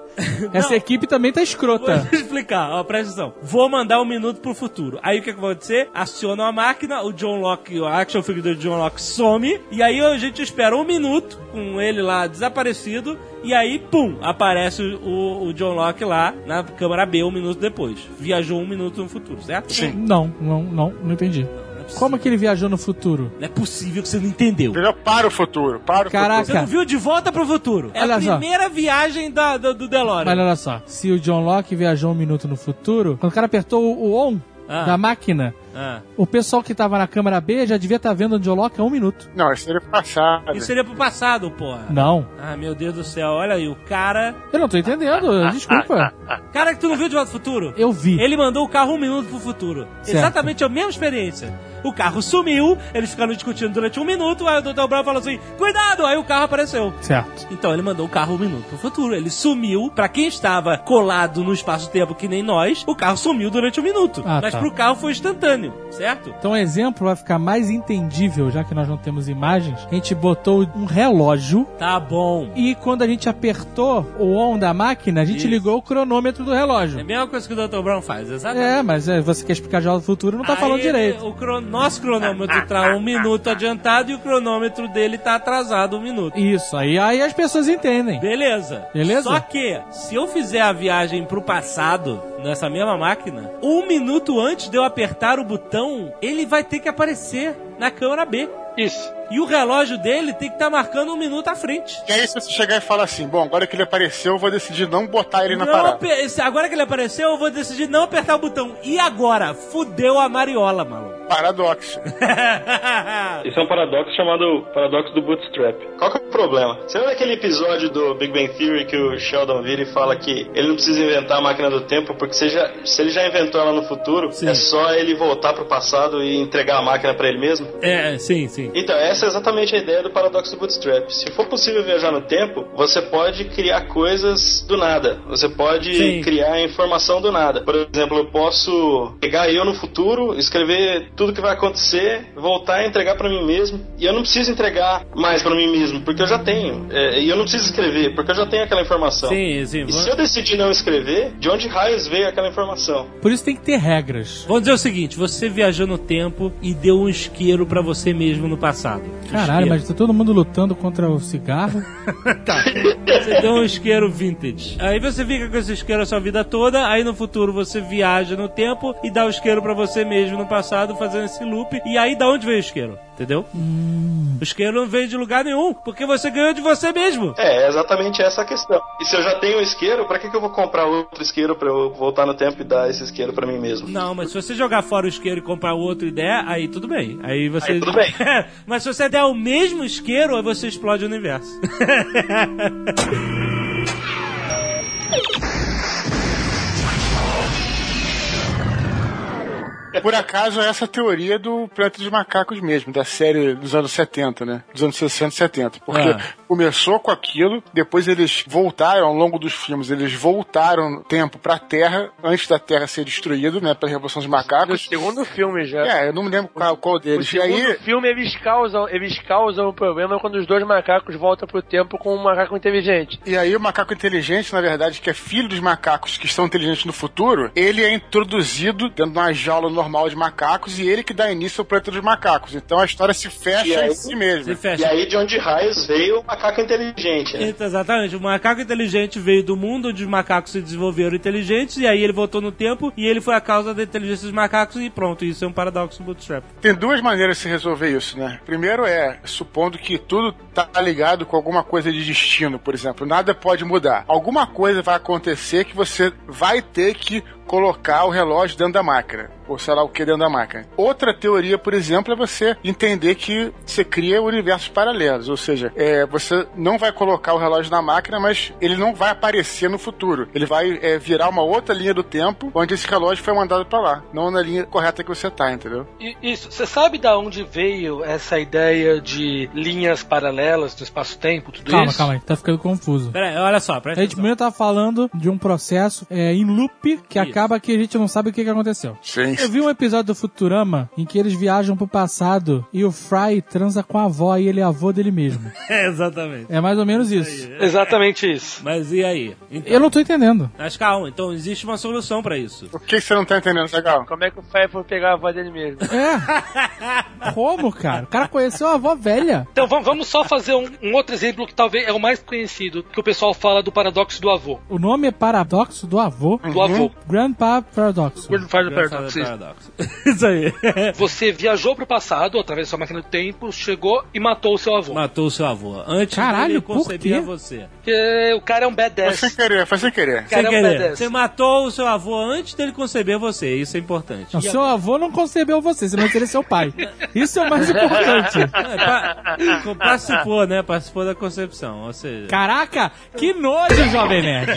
Speaker 7: Essa
Speaker 2: Não.
Speaker 7: equipe também tá escrota.
Speaker 2: Vou explicar, ó, presta atenção. Vou mandar um minuto pro futuro. Aí o que, que vai acontecer? Acionam a máquina, o John Locke, o action figure do John Locke some, e aí a gente espera um minuto com ele lá desaparecido, e aí, pum, aparece o, o John Locke lá na câmara B um minuto depois. Viajou um minuto no futuro, certo? Sim.
Speaker 7: Não, não, não, não entendi.
Speaker 2: é
Speaker 7: Como é que ele viajou no futuro?
Speaker 2: Não é possível que você não entendeu.
Speaker 4: Entendeu? Para o futuro, para o
Speaker 7: Caraca.
Speaker 2: Você não viu De Volta pro Futuro? É a
Speaker 7: Olha só.
Speaker 2: primeira viagem da, do, do DeLorean.
Speaker 7: Mas olha só, se o John Locke viajou um minuto no futuro, quando o cara apertou o- o on
Speaker 2: Ah.
Speaker 7: da máquina,
Speaker 2: Ah.
Speaker 7: o pessoal que tava na câmera B já devia estar vendo o John Locke há um minuto.
Speaker 4: futuro. Não, isso seria passado.
Speaker 2: Isso seria pro passado, porra.
Speaker 7: Não.
Speaker 2: Ah, meu Deus do céu, olha aí, o cara.
Speaker 7: Eu não tô
Speaker 2: Ah,
Speaker 7: entendendo, desculpa.
Speaker 2: Cara, que tu não viu de volta pro futuro?
Speaker 7: Eu vi.
Speaker 2: Ele mandou o carro um minuto pro futuro.
Speaker 7: Certo.
Speaker 2: Exatamente a mesma experiência. O carro sumiu, eles ficaram discutindo durante um minuto, aí o Dr. Brown falou assim: cuidado! Aí o carro apareceu.
Speaker 7: Certo.
Speaker 2: Então ele mandou o carro um minuto pro futuro. Ele sumiu. Pra quem estava colado no espaço-tempo que nem nós, o carro sumiu durante um minuto.
Speaker 7: Ah,
Speaker 2: Mas
Speaker 7: tá.
Speaker 2: pro carro foi instantâneo, certo?
Speaker 7: Então o exemplo vai ficar mais entendível, já que nós não temos imagens. A gente botou um relógio
Speaker 2: Tá bom.
Speaker 7: e quando a gente apertou o on da máquina, a gente
Speaker 2: Isso.
Speaker 7: ligou o cronômetro do
Speaker 2: É a
Speaker 7: relógio.
Speaker 2: mesma coisa que o Dr. Brown faz, exatamente.
Speaker 7: É, mas é, você quer explicar já o futuro, não tá
Speaker 2: Aí é
Speaker 7: falando
Speaker 2: ele-
Speaker 7: direito.
Speaker 2: O cron- nosso cronômetro tá um minuto adiantado e o cronômetro dele tá atrasado um minuto.
Speaker 7: Isso, aí, aí as pessoas entendem.
Speaker 2: Beleza.
Speaker 7: Beleza?
Speaker 2: Só que, se eu fizer a viagem pro passado nessa mesma máquina, um minuto antes de eu apertar o botão, ele vai ter que aparecer na câmera B.
Speaker 5: Isso.
Speaker 2: E o relógio dele tem que estar marcando um minuto à frente.
Speaker 4: E aí, se você chegar e falar assim, bom, agora que ele apareceu, eu vou decidir não botar ele na
Speaker 2: Não
Speaker 4: parada.
Speaker 2: ape- se- agora que ele apareceu, eu vou decidir não apertar o botão. E agora? Fudeu a Mariola, maluco.
Speaker 4: Paradoxo.
Speaker 6: Isso é um paradoxo chamado paradoxo do bootstrap. Qual que é o problema? Você lembra daquele episódio do Big Bang Theory que o Sheldon vira e fala que ele não precisa inventar a máquina do tempo porque se, já- se ele já inventou ela no futuro, é só ele voltar pro passado e entregar a máquina pra ele mesmo?
Speaker 2: é, sim, sim.
Speaker 6: Então, essa é exatamente a ideia do paradoxo do bootstrap. Se for possível viajar no tempo, você pode criar coisas do nada. Você pode
Speaker 2: Sim.
Speaker 6: criar informação do nada. Por exemplo, eu posso pegar eu no futuro, escrever tudo que vai acontecer, voltar e entregar pra mim mesmo. E eu não preciso entregar mais pra mim mesmo, porque eu já tenho. É, e eu não preciso escrever, porque eu já tenho aquela informação.
Speaker 2: Sim, sim.
Speaker 6: Então, E se eu decidir não escrever, de onde raios veio aquela informação?
Speaker 7: Por isso tem que ter regras.
Speaker 2: Vamos dizer o seguinte, você viajou no tempo e deu um isqueiro pra você mesmo no passado.
Speaker 7: Caralho,
Speaker 2: Isqueiro.
Speaker 7: mas tá todo mundo lutando contra o cigarro.
Speaker 2: Você deu um isqueiro vintage. Aí você fica com esse isqueiro a sua vida toda, aí no futuro você viaja no tempo e dá o isqueiro pra você mesmo no passado, fazendo esse loop. E aí da onde veio o isqueiro? Entendeu?
Speaker 7: Hum.
Speaker 2: O isqueiro não veio de lugar nenhum, porque você ganhou de você mesmo.
Speaker 6: É, é exatamente essa a questão. E se eu já tenho um isqueiro, pra que, que eu vou comprar outro isqueiro pra eu voltar no tempo e dar esse isqueiro pra mim mesmo?
Speaker 2: Não, mas se você jogar fora o isqueiro e comprar outra ideia, aí tudo bem. Aí você. É,
Speaker 6: Aí tudo bem.
Speaker 2: mas se você der o mesmo isqueiro, aí você explode o universo.
Speaker 4: Por acaso, essa é a teoria do Planeta dos Macacos mesmo, da série dos anos 70, né? Dos anos 60 e 70. Porque
Speaker 2: Ah.
Speaker 4: começou com aquilo, depois eles voltaram, ao longo dos filmes, eles voltaram no tempo pra Terra, antes da Terra ser destruída, né? Pela Revolução dos
Speaker 3: No
Speaker 4: Macacos.
Speaker 3: segundo filme já.
Speaker 4: É, eu não me lembro qual, qual
Speaker 3: No
Speaker 4: deles. E
Speaker 3: segundo
Speaker 4: aí,
Speaker 3: filme eles causam, eles causam um problema quando os dois macacos voltam pro tempo com um macaco inteligente.
Speaker 4: E aí o macaco inteligente, na verdade, que é filho dos macacos que são inteligentes no futuro, ele é introduzido dentro de uma jaula normal de macacos e ele que dá início ao planeta dos macacos. Então a história se
Speaker 6: E
Speaker 4: fecha
Speaker 6: aí?
Speaker 4: em si mesma.
Speaker 2: Você fecha.
Speaker 6: E aí de onde raios veio o macaco inteligente, né?
Speaker 2: Então, Exatamente, o macaco inteligente veio do mundo onde os macacos se desenvolveram inteligentes, e aí ele voltou no tempo, e ele foi a causa da inteligência dos macacos, e pronto, isso é um paradoxo bootstrap.
Speaker 4: Tem duas maneiras de se resolver isso, né? Primeiro é, supondo que tudo tá ligado com alguma coisa de destino, por exemplo. Nada pode mudar. Alguma coisa vai acontecer que você vai ter que colocar o relógio dentro da máquina. Ou sei lá o que dentro da máquina. Outra teoria, por exemplo, é você entender que você cria universos paralelos. Ou seja, é, você não vai colocar o relógio na máquina, mas ele não vai aparecer no futuro. Ele vai é, virar uma outra linha do tempo onde esse relógio foi mandado para lá. Não na linha correta que você tá, entendeu?
Speaker 5: E- Isso, você sabe da onde veio essa ideia de linhas paralelas do espaço-tempo, tudo
Speaker 7: Calma,
Speaker 5: isso?
Speaker 7: calma aí, tá ficando confuso.
Speaker 2: Peraí, olha só,
Speaker 7: A
Speaker 2: presta
Speaker 7: gente
Speaker 2: atenção.
Speaker 7: primeiro tá falando de um processo é, em loop que
Speaker 2: Isso.
Speaker 7: acaba que a gente não sabe o que, que aconteceu.
Speaker 4: Sim.
Speaker 7: Eu vi um episódio do Futurama em que eles viajam pro passado e o Fry transa com a avó e ele é avô dele mesmo.
Speaker 2: É, exatamente.
Speaker 7: É mais ou menos isso.
Speaker 5: Exatamente isso.
Speaker 2: Mas e aí? Então,
Speaker 7: Eu não tô entendendo.
Speaker 2: Mas calma, então existe uma solução pra isso.
Speaker 4: O que que você não tá entendendo, Zagal?
Speaker 3: Como é que o Fire foi pegar a voz dele mesmo?
Speaker 7: É. Como, cara? O cara conheceu a avó velha.
Speaker 5: Então vamos, vamos só fazer um, um outro exemplo que talvez é o mais conhecido, que o pessoal fala do paradoxo do avô.
Speaker 7: O nome é Paradoxo do Avô. Uhum.
Speaker 5: Do avô.
Speaker 7: Grandpa Paradoxo.
Speaker 5: Grandfather
Speaker 2: é
Speaker 5: paradox. isso.
Speaker 2: Paradoxo. Isso aí.
Speaker 5: Você viajou pro passado, através da sua máquina do tempo, chegou e matou o seu avô.
Speaker 2: Matou o seu avô. Antes
Speaker 7: Caralho,
Speaker 2: dele
Speaker 7: por
Speaker 2: conceber
Speaker 7: quê?
Speaker 2: a você.
Speaker 5: Porque o cara é um
Speaker 4: Foi
Speaker 5: badass.
Speaker 4: sem querer, foi sem querer.
Speaker 5: Cara,
Speaker 2: Sem
Speaker 5: é um
Speaker 2: querer.
Speaker 5: badass.
Speaker 2: Você matou o seu avô antes dele conceber você. Isso é importante.
Speaker 7: Não, seu avô não concebeu você, senão ele seria seu pai. Isso é o mais importante.
Speaker 2: É, pa- co- participou, né? Participou da concepção. Ou seja.
Speaker 7: Caraca, que nojo, Jovem Nerd.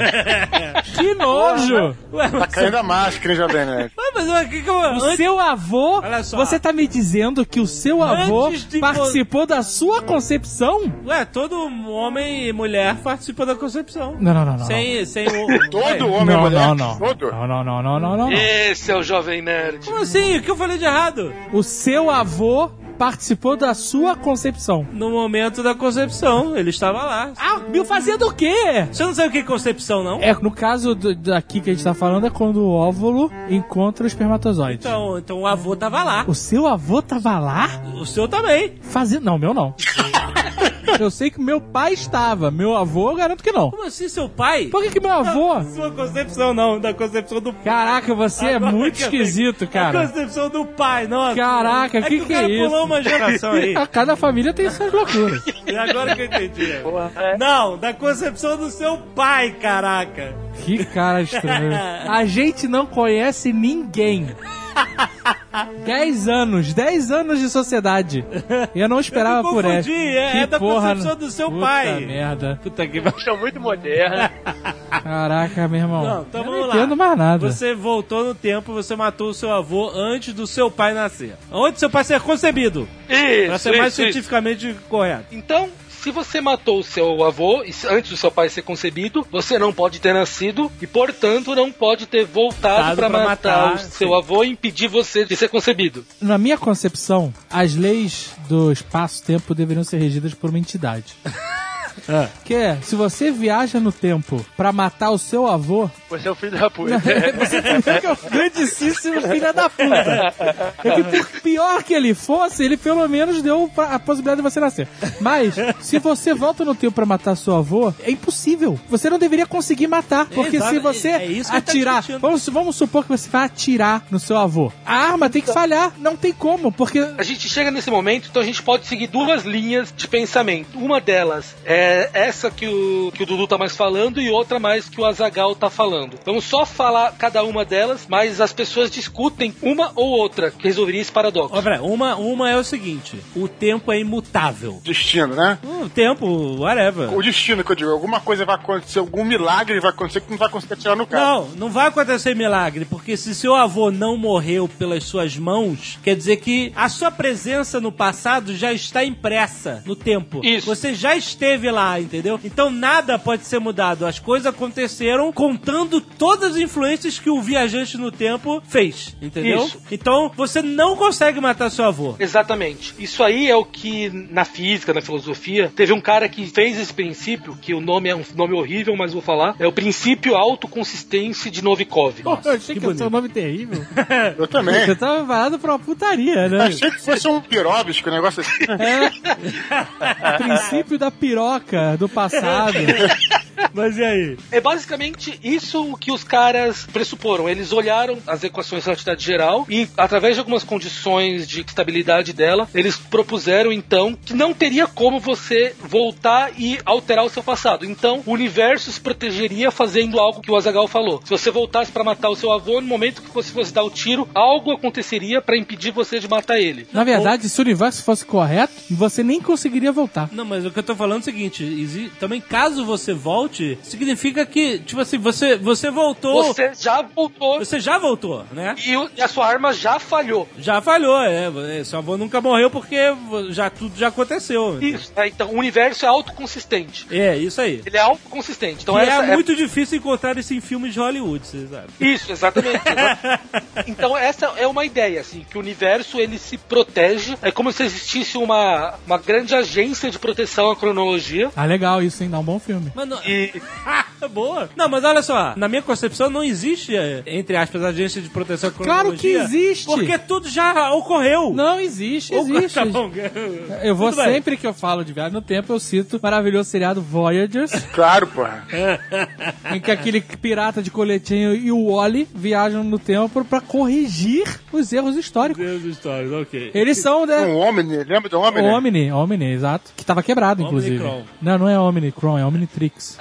Speaker 7: Que nojo.
Speaker 2: Ué,
Speaker 4: Tá
Speaker 2: mas,
Speaker 4: caindo a máscara, hein, Jovem Nerd?
Speaker 2: ué, Ah, mas ué, que que eu.
Speaker 7: O
Speaker 2: Antes,
Speaker 7: seu avô,
Speaker 2: Olha só.
Speaker 7: você tá me dizendo que o seu avô
Speaker 2: Antes de
Speaker 7: participou da sua concepção?
Speaker 2: ué, todo homem e mulher participou da concepção.
Speaker 7: Não, não, não, não.
Speaker 2: Sem, sem o.
Speaker 4: Todo
Speaker 2: Ué,
Speaker 4: homem
Speaker 7: não,
Speaker 4: é mulher.
Speaker 7: não, não.
Speaker 4: Todo.
Speaker 7: Não, não, não, não, não, não, não.
Speaker 5: Esse é o jovem nerd.
Speaker 2: Como assim? O que eu falei de errado?
Speaker 7: O seu avô participou da sua concepção.
Speaker 2: No momento da concepção, ele estava lá.
Speaker 7: Ah, me fazendo o quê?
Speaker 2: Você não sabe o que é concepção, não?
Speaker 7: É, no caso do- daqui que a gente tá falando é quando o óvulo encontra o espermatozoide.
Speaker 2: Então, então o avô estava lá.
Speaker 7: O seu avô tava lá
Speaker 2: O seu também.
Speaker 7: fazendo. Não, meu não. Eu sei que meu pai estava, meu avô eu garanto que não.
Speaker 2: Como assim, seu pai?
Speaker 7: Por que, que meu avô?
Speaker 2: Sua concepção não, da concepção do pai.
Speaker 7: Caraca, você é muito esquisito,
Speaker 2: A
Speaker 7: cara.
Speaker 2: concepção do pai, não. a-
Speaker 7: Caraca,
Speaker 2: é
Speaker 7: que
Speaker 2: o
Speaker 7: que
Speaker 2: cara
Speaker 7: é isso?
Speaker 2: pulou uma geração aí.
Speaker 7: Cada família tem suas loucuras.
Speaker 2: E agora que eu entendi.
Speaker 5: é.
Speaker 2: Não, da concepção do seu pai, caraca.
Speaker 7: Que cara estranho. A gente não conhece ninguém. 10 anos, 10 anos de sociedade. Eu não esperava
Speaker 2: Eu me
Speaker 7: por essa.
Speaker 2: confundi, é-
Speaker 7: Que
Speaker 2: é da
Speaker 7: porra,
Speaker 2: concepção do seu
Speaker 7: puta
Speaker 2: pai.
Speaker 7: merda.
Speaker 2: Puta que
Speaker 3: Vocês estão muito modernos.
Speaker 7: Caraca, meu irmão.
Speaker 2: Não, então
Speaker 7: eu
Speaker 2: vamos
Speaker 7: não
Speaker 2: lá.
Speaker 7: entendo mais nada.
Speaker 2: Você voltou no tempo, você matou o seu avô antes do seu pai nascer. Antes do seu pai ser concebido. Pra
Speaker 5: Isso,
Speaker 2: ser mais
Speaker 5: isso, isso.
Speaker 2: cientificamente correto.
Speaker 5: Então, se você matou o seu avô e se- antes do seu pai ser concebido, você não pode ter nascido e, portanto, não pode ter voltado
Speaker 2: Voltado
Speaker 5: para
Speaker 2: pra
Speaker 5: matar,
Speaker 2: matar,
Speaker 5: o seu
Speaker 2: sim.
Speaker 5: avô e impedir você de ser concebido.
Speaker 7: Na minha concepção, as leis do espaço-tempo deveriam ser regidas por uma entidade.
Speaker 2: Ah.
Speaker 7: Que é, se você viaja no tempo pra matar o seu avô,
Speaker 3: Você é o filho da puta.
Speaker 7: Você entendeu que é um grandíssimo filho da puta. É que por pior que ele fosse, ele pelo menos deu pra- a possibilidade de você nascer. Mas, se você volta no tempo pra matar seu avô, é impossível. Você não deveria conseguir matar. Porque
Speaker 2: Exato,
Speaker 7: se você
Speaker 2: é- é isso que eu tô
Speaker 7: atirar...
Speaker 2: discutindo.
Speaker 7: vamos, vamos supor que você vai atirar no seu avô. A arma tem que falhar. Não tem como, porque...
Speaker 5: A gente chega nesse momento, então a gente pode seguir duas linhas de pensamento. Uma delas é essa que o, que o Dudu tá mais falando e outra mais que o Azagal tá falando. Vamos só falar cada uma delas, mas as pessoas discutem uma ou outra que resolveria esse paradoxo.
Speaker 2: Ó, peraí, uma, uma é o seguinte: o tempo é imutável.
Speaker 4: Destino, né?
Speaker 2: O tempo, whatever.
Speaker 4: O destino que eu digo, alguma coisa vai acontecer, algum milagre vai acontecer que não vai conseguir tirar no cara.
Speaker 2: Não, não vai acontecer milagre, porque se seu avô não morreu pelas suas mãos, quer dizer que a sua presença no passado já está impressa no tempo.
Speaker 5: Isso.
Speaker 2: Você já esteve lá, entendeu? Então nada pode ser mudado. As coisas aconteceram contando todas as influências que o viajante no tempo fez, entendeu?
Speaker 5: Isso.
Speaker 2: Então você não consegue matar seu avô.
Speaker 5: Exatamente. Isso aí é o que na física, na filosofia, teve um cara que fez esse princípio, que o nome é um nome horrível, mas vou falar, é o princípio autoconsistência de Novikov.
Speaker 7: eu achei que, que o seu nome terrível.
Speaker 4: Eu também.
Speaker 7: Eu tava parado pra uma putaria, né?
Speaker 4: Achei que fosse um piróbico, um negócio assim.
Speaker 7: É. O princípio da piroca do passado.
Speaker 2: Mas e aí?
Speaker 5: É basicamente isso o que os caras pressuporam. Eles olharam as equações de relatividade geral e, através de algumas condições de estabilidade dela, eles propuseram então que não teria como você voltar e alterar o seu passado. Então, o universo se protegeria fazendo algo que o Azagal falou. Se você voltasse para matar o seu avô, no momento que você fosse dar o tiro, algo aconteceria para impedir você de matar ele.
Speaker 7: Na verdade, se o universo fosse correto, você nem conseguiria voltar.
Speaker 2: Não, mas o que eu tô falando é o seguinte: exi- também caso você volte, significa que, tipo assim, você, você voltou. Você...
Speaker 5: Você já voltou
Speaker 2: já voltou, né?
Speaker 5: e o- e a sua arma já falhou.
Speaker 2: Já falhou, é. é, Seu avô nunca morreu porque já, tudo já aconteceu.
Speaker 5: Isso. né? Então, o universo é autoconsistente.
Speaker 2: É, isso aí.
Speaker 5: Ele é autoconsistente. Então,
Speaker 2: Que
Speaker 5: essa
Speaker 2: é muito difícil encontrar isso em filmes de Hollywood, vocês sabem.
Speaker 5: Isso, exatamente. então essa é uma ideia, assim, que o universo ele se protege, é como se existisse uma, uma grande agência de proteção à cronologia.
Speaker 7: Ah, legal, isso, hein? Dá um bom filme.
Speaker 2: Mas não...
Speaker 5: E
Speaker 2: Boa. Não, mas olha só, na minha concepção não existe, eh, entre aspas, agência de proteção à
Speaker 7: Claro que
Speaker 2: cronologia,
Speaker 7: existe.
Speaker 2: Porque tudo já ocorreu.
Speaker 7: Não, existe, existe.
Speaker 2: Tá bom.
Speaker 7: Eu vou
Speaker 2: Tudo bem.
Speaker 7: sempre que eu falo de viagem no tempo, eu cito o maravilhoso seriado Voyagers,
Speaker 4: Claro, porra.
Speaker 7: em que aquele pirata de coletinho e o Wally viajam no tempo pra corrigir os erros históricos.
Speaker 2: Deus histórias, ok.
Speaker 7: Eles são, né?
Speaker 4: Um né? Omni, lembra do Omni?
Speaker 7: Omni, Omni, exato. Que tava quebrado, inclusive.
Speaker 2: Omnicron.
Speaker 7: Não, não é Omnicron, é Omnitrix.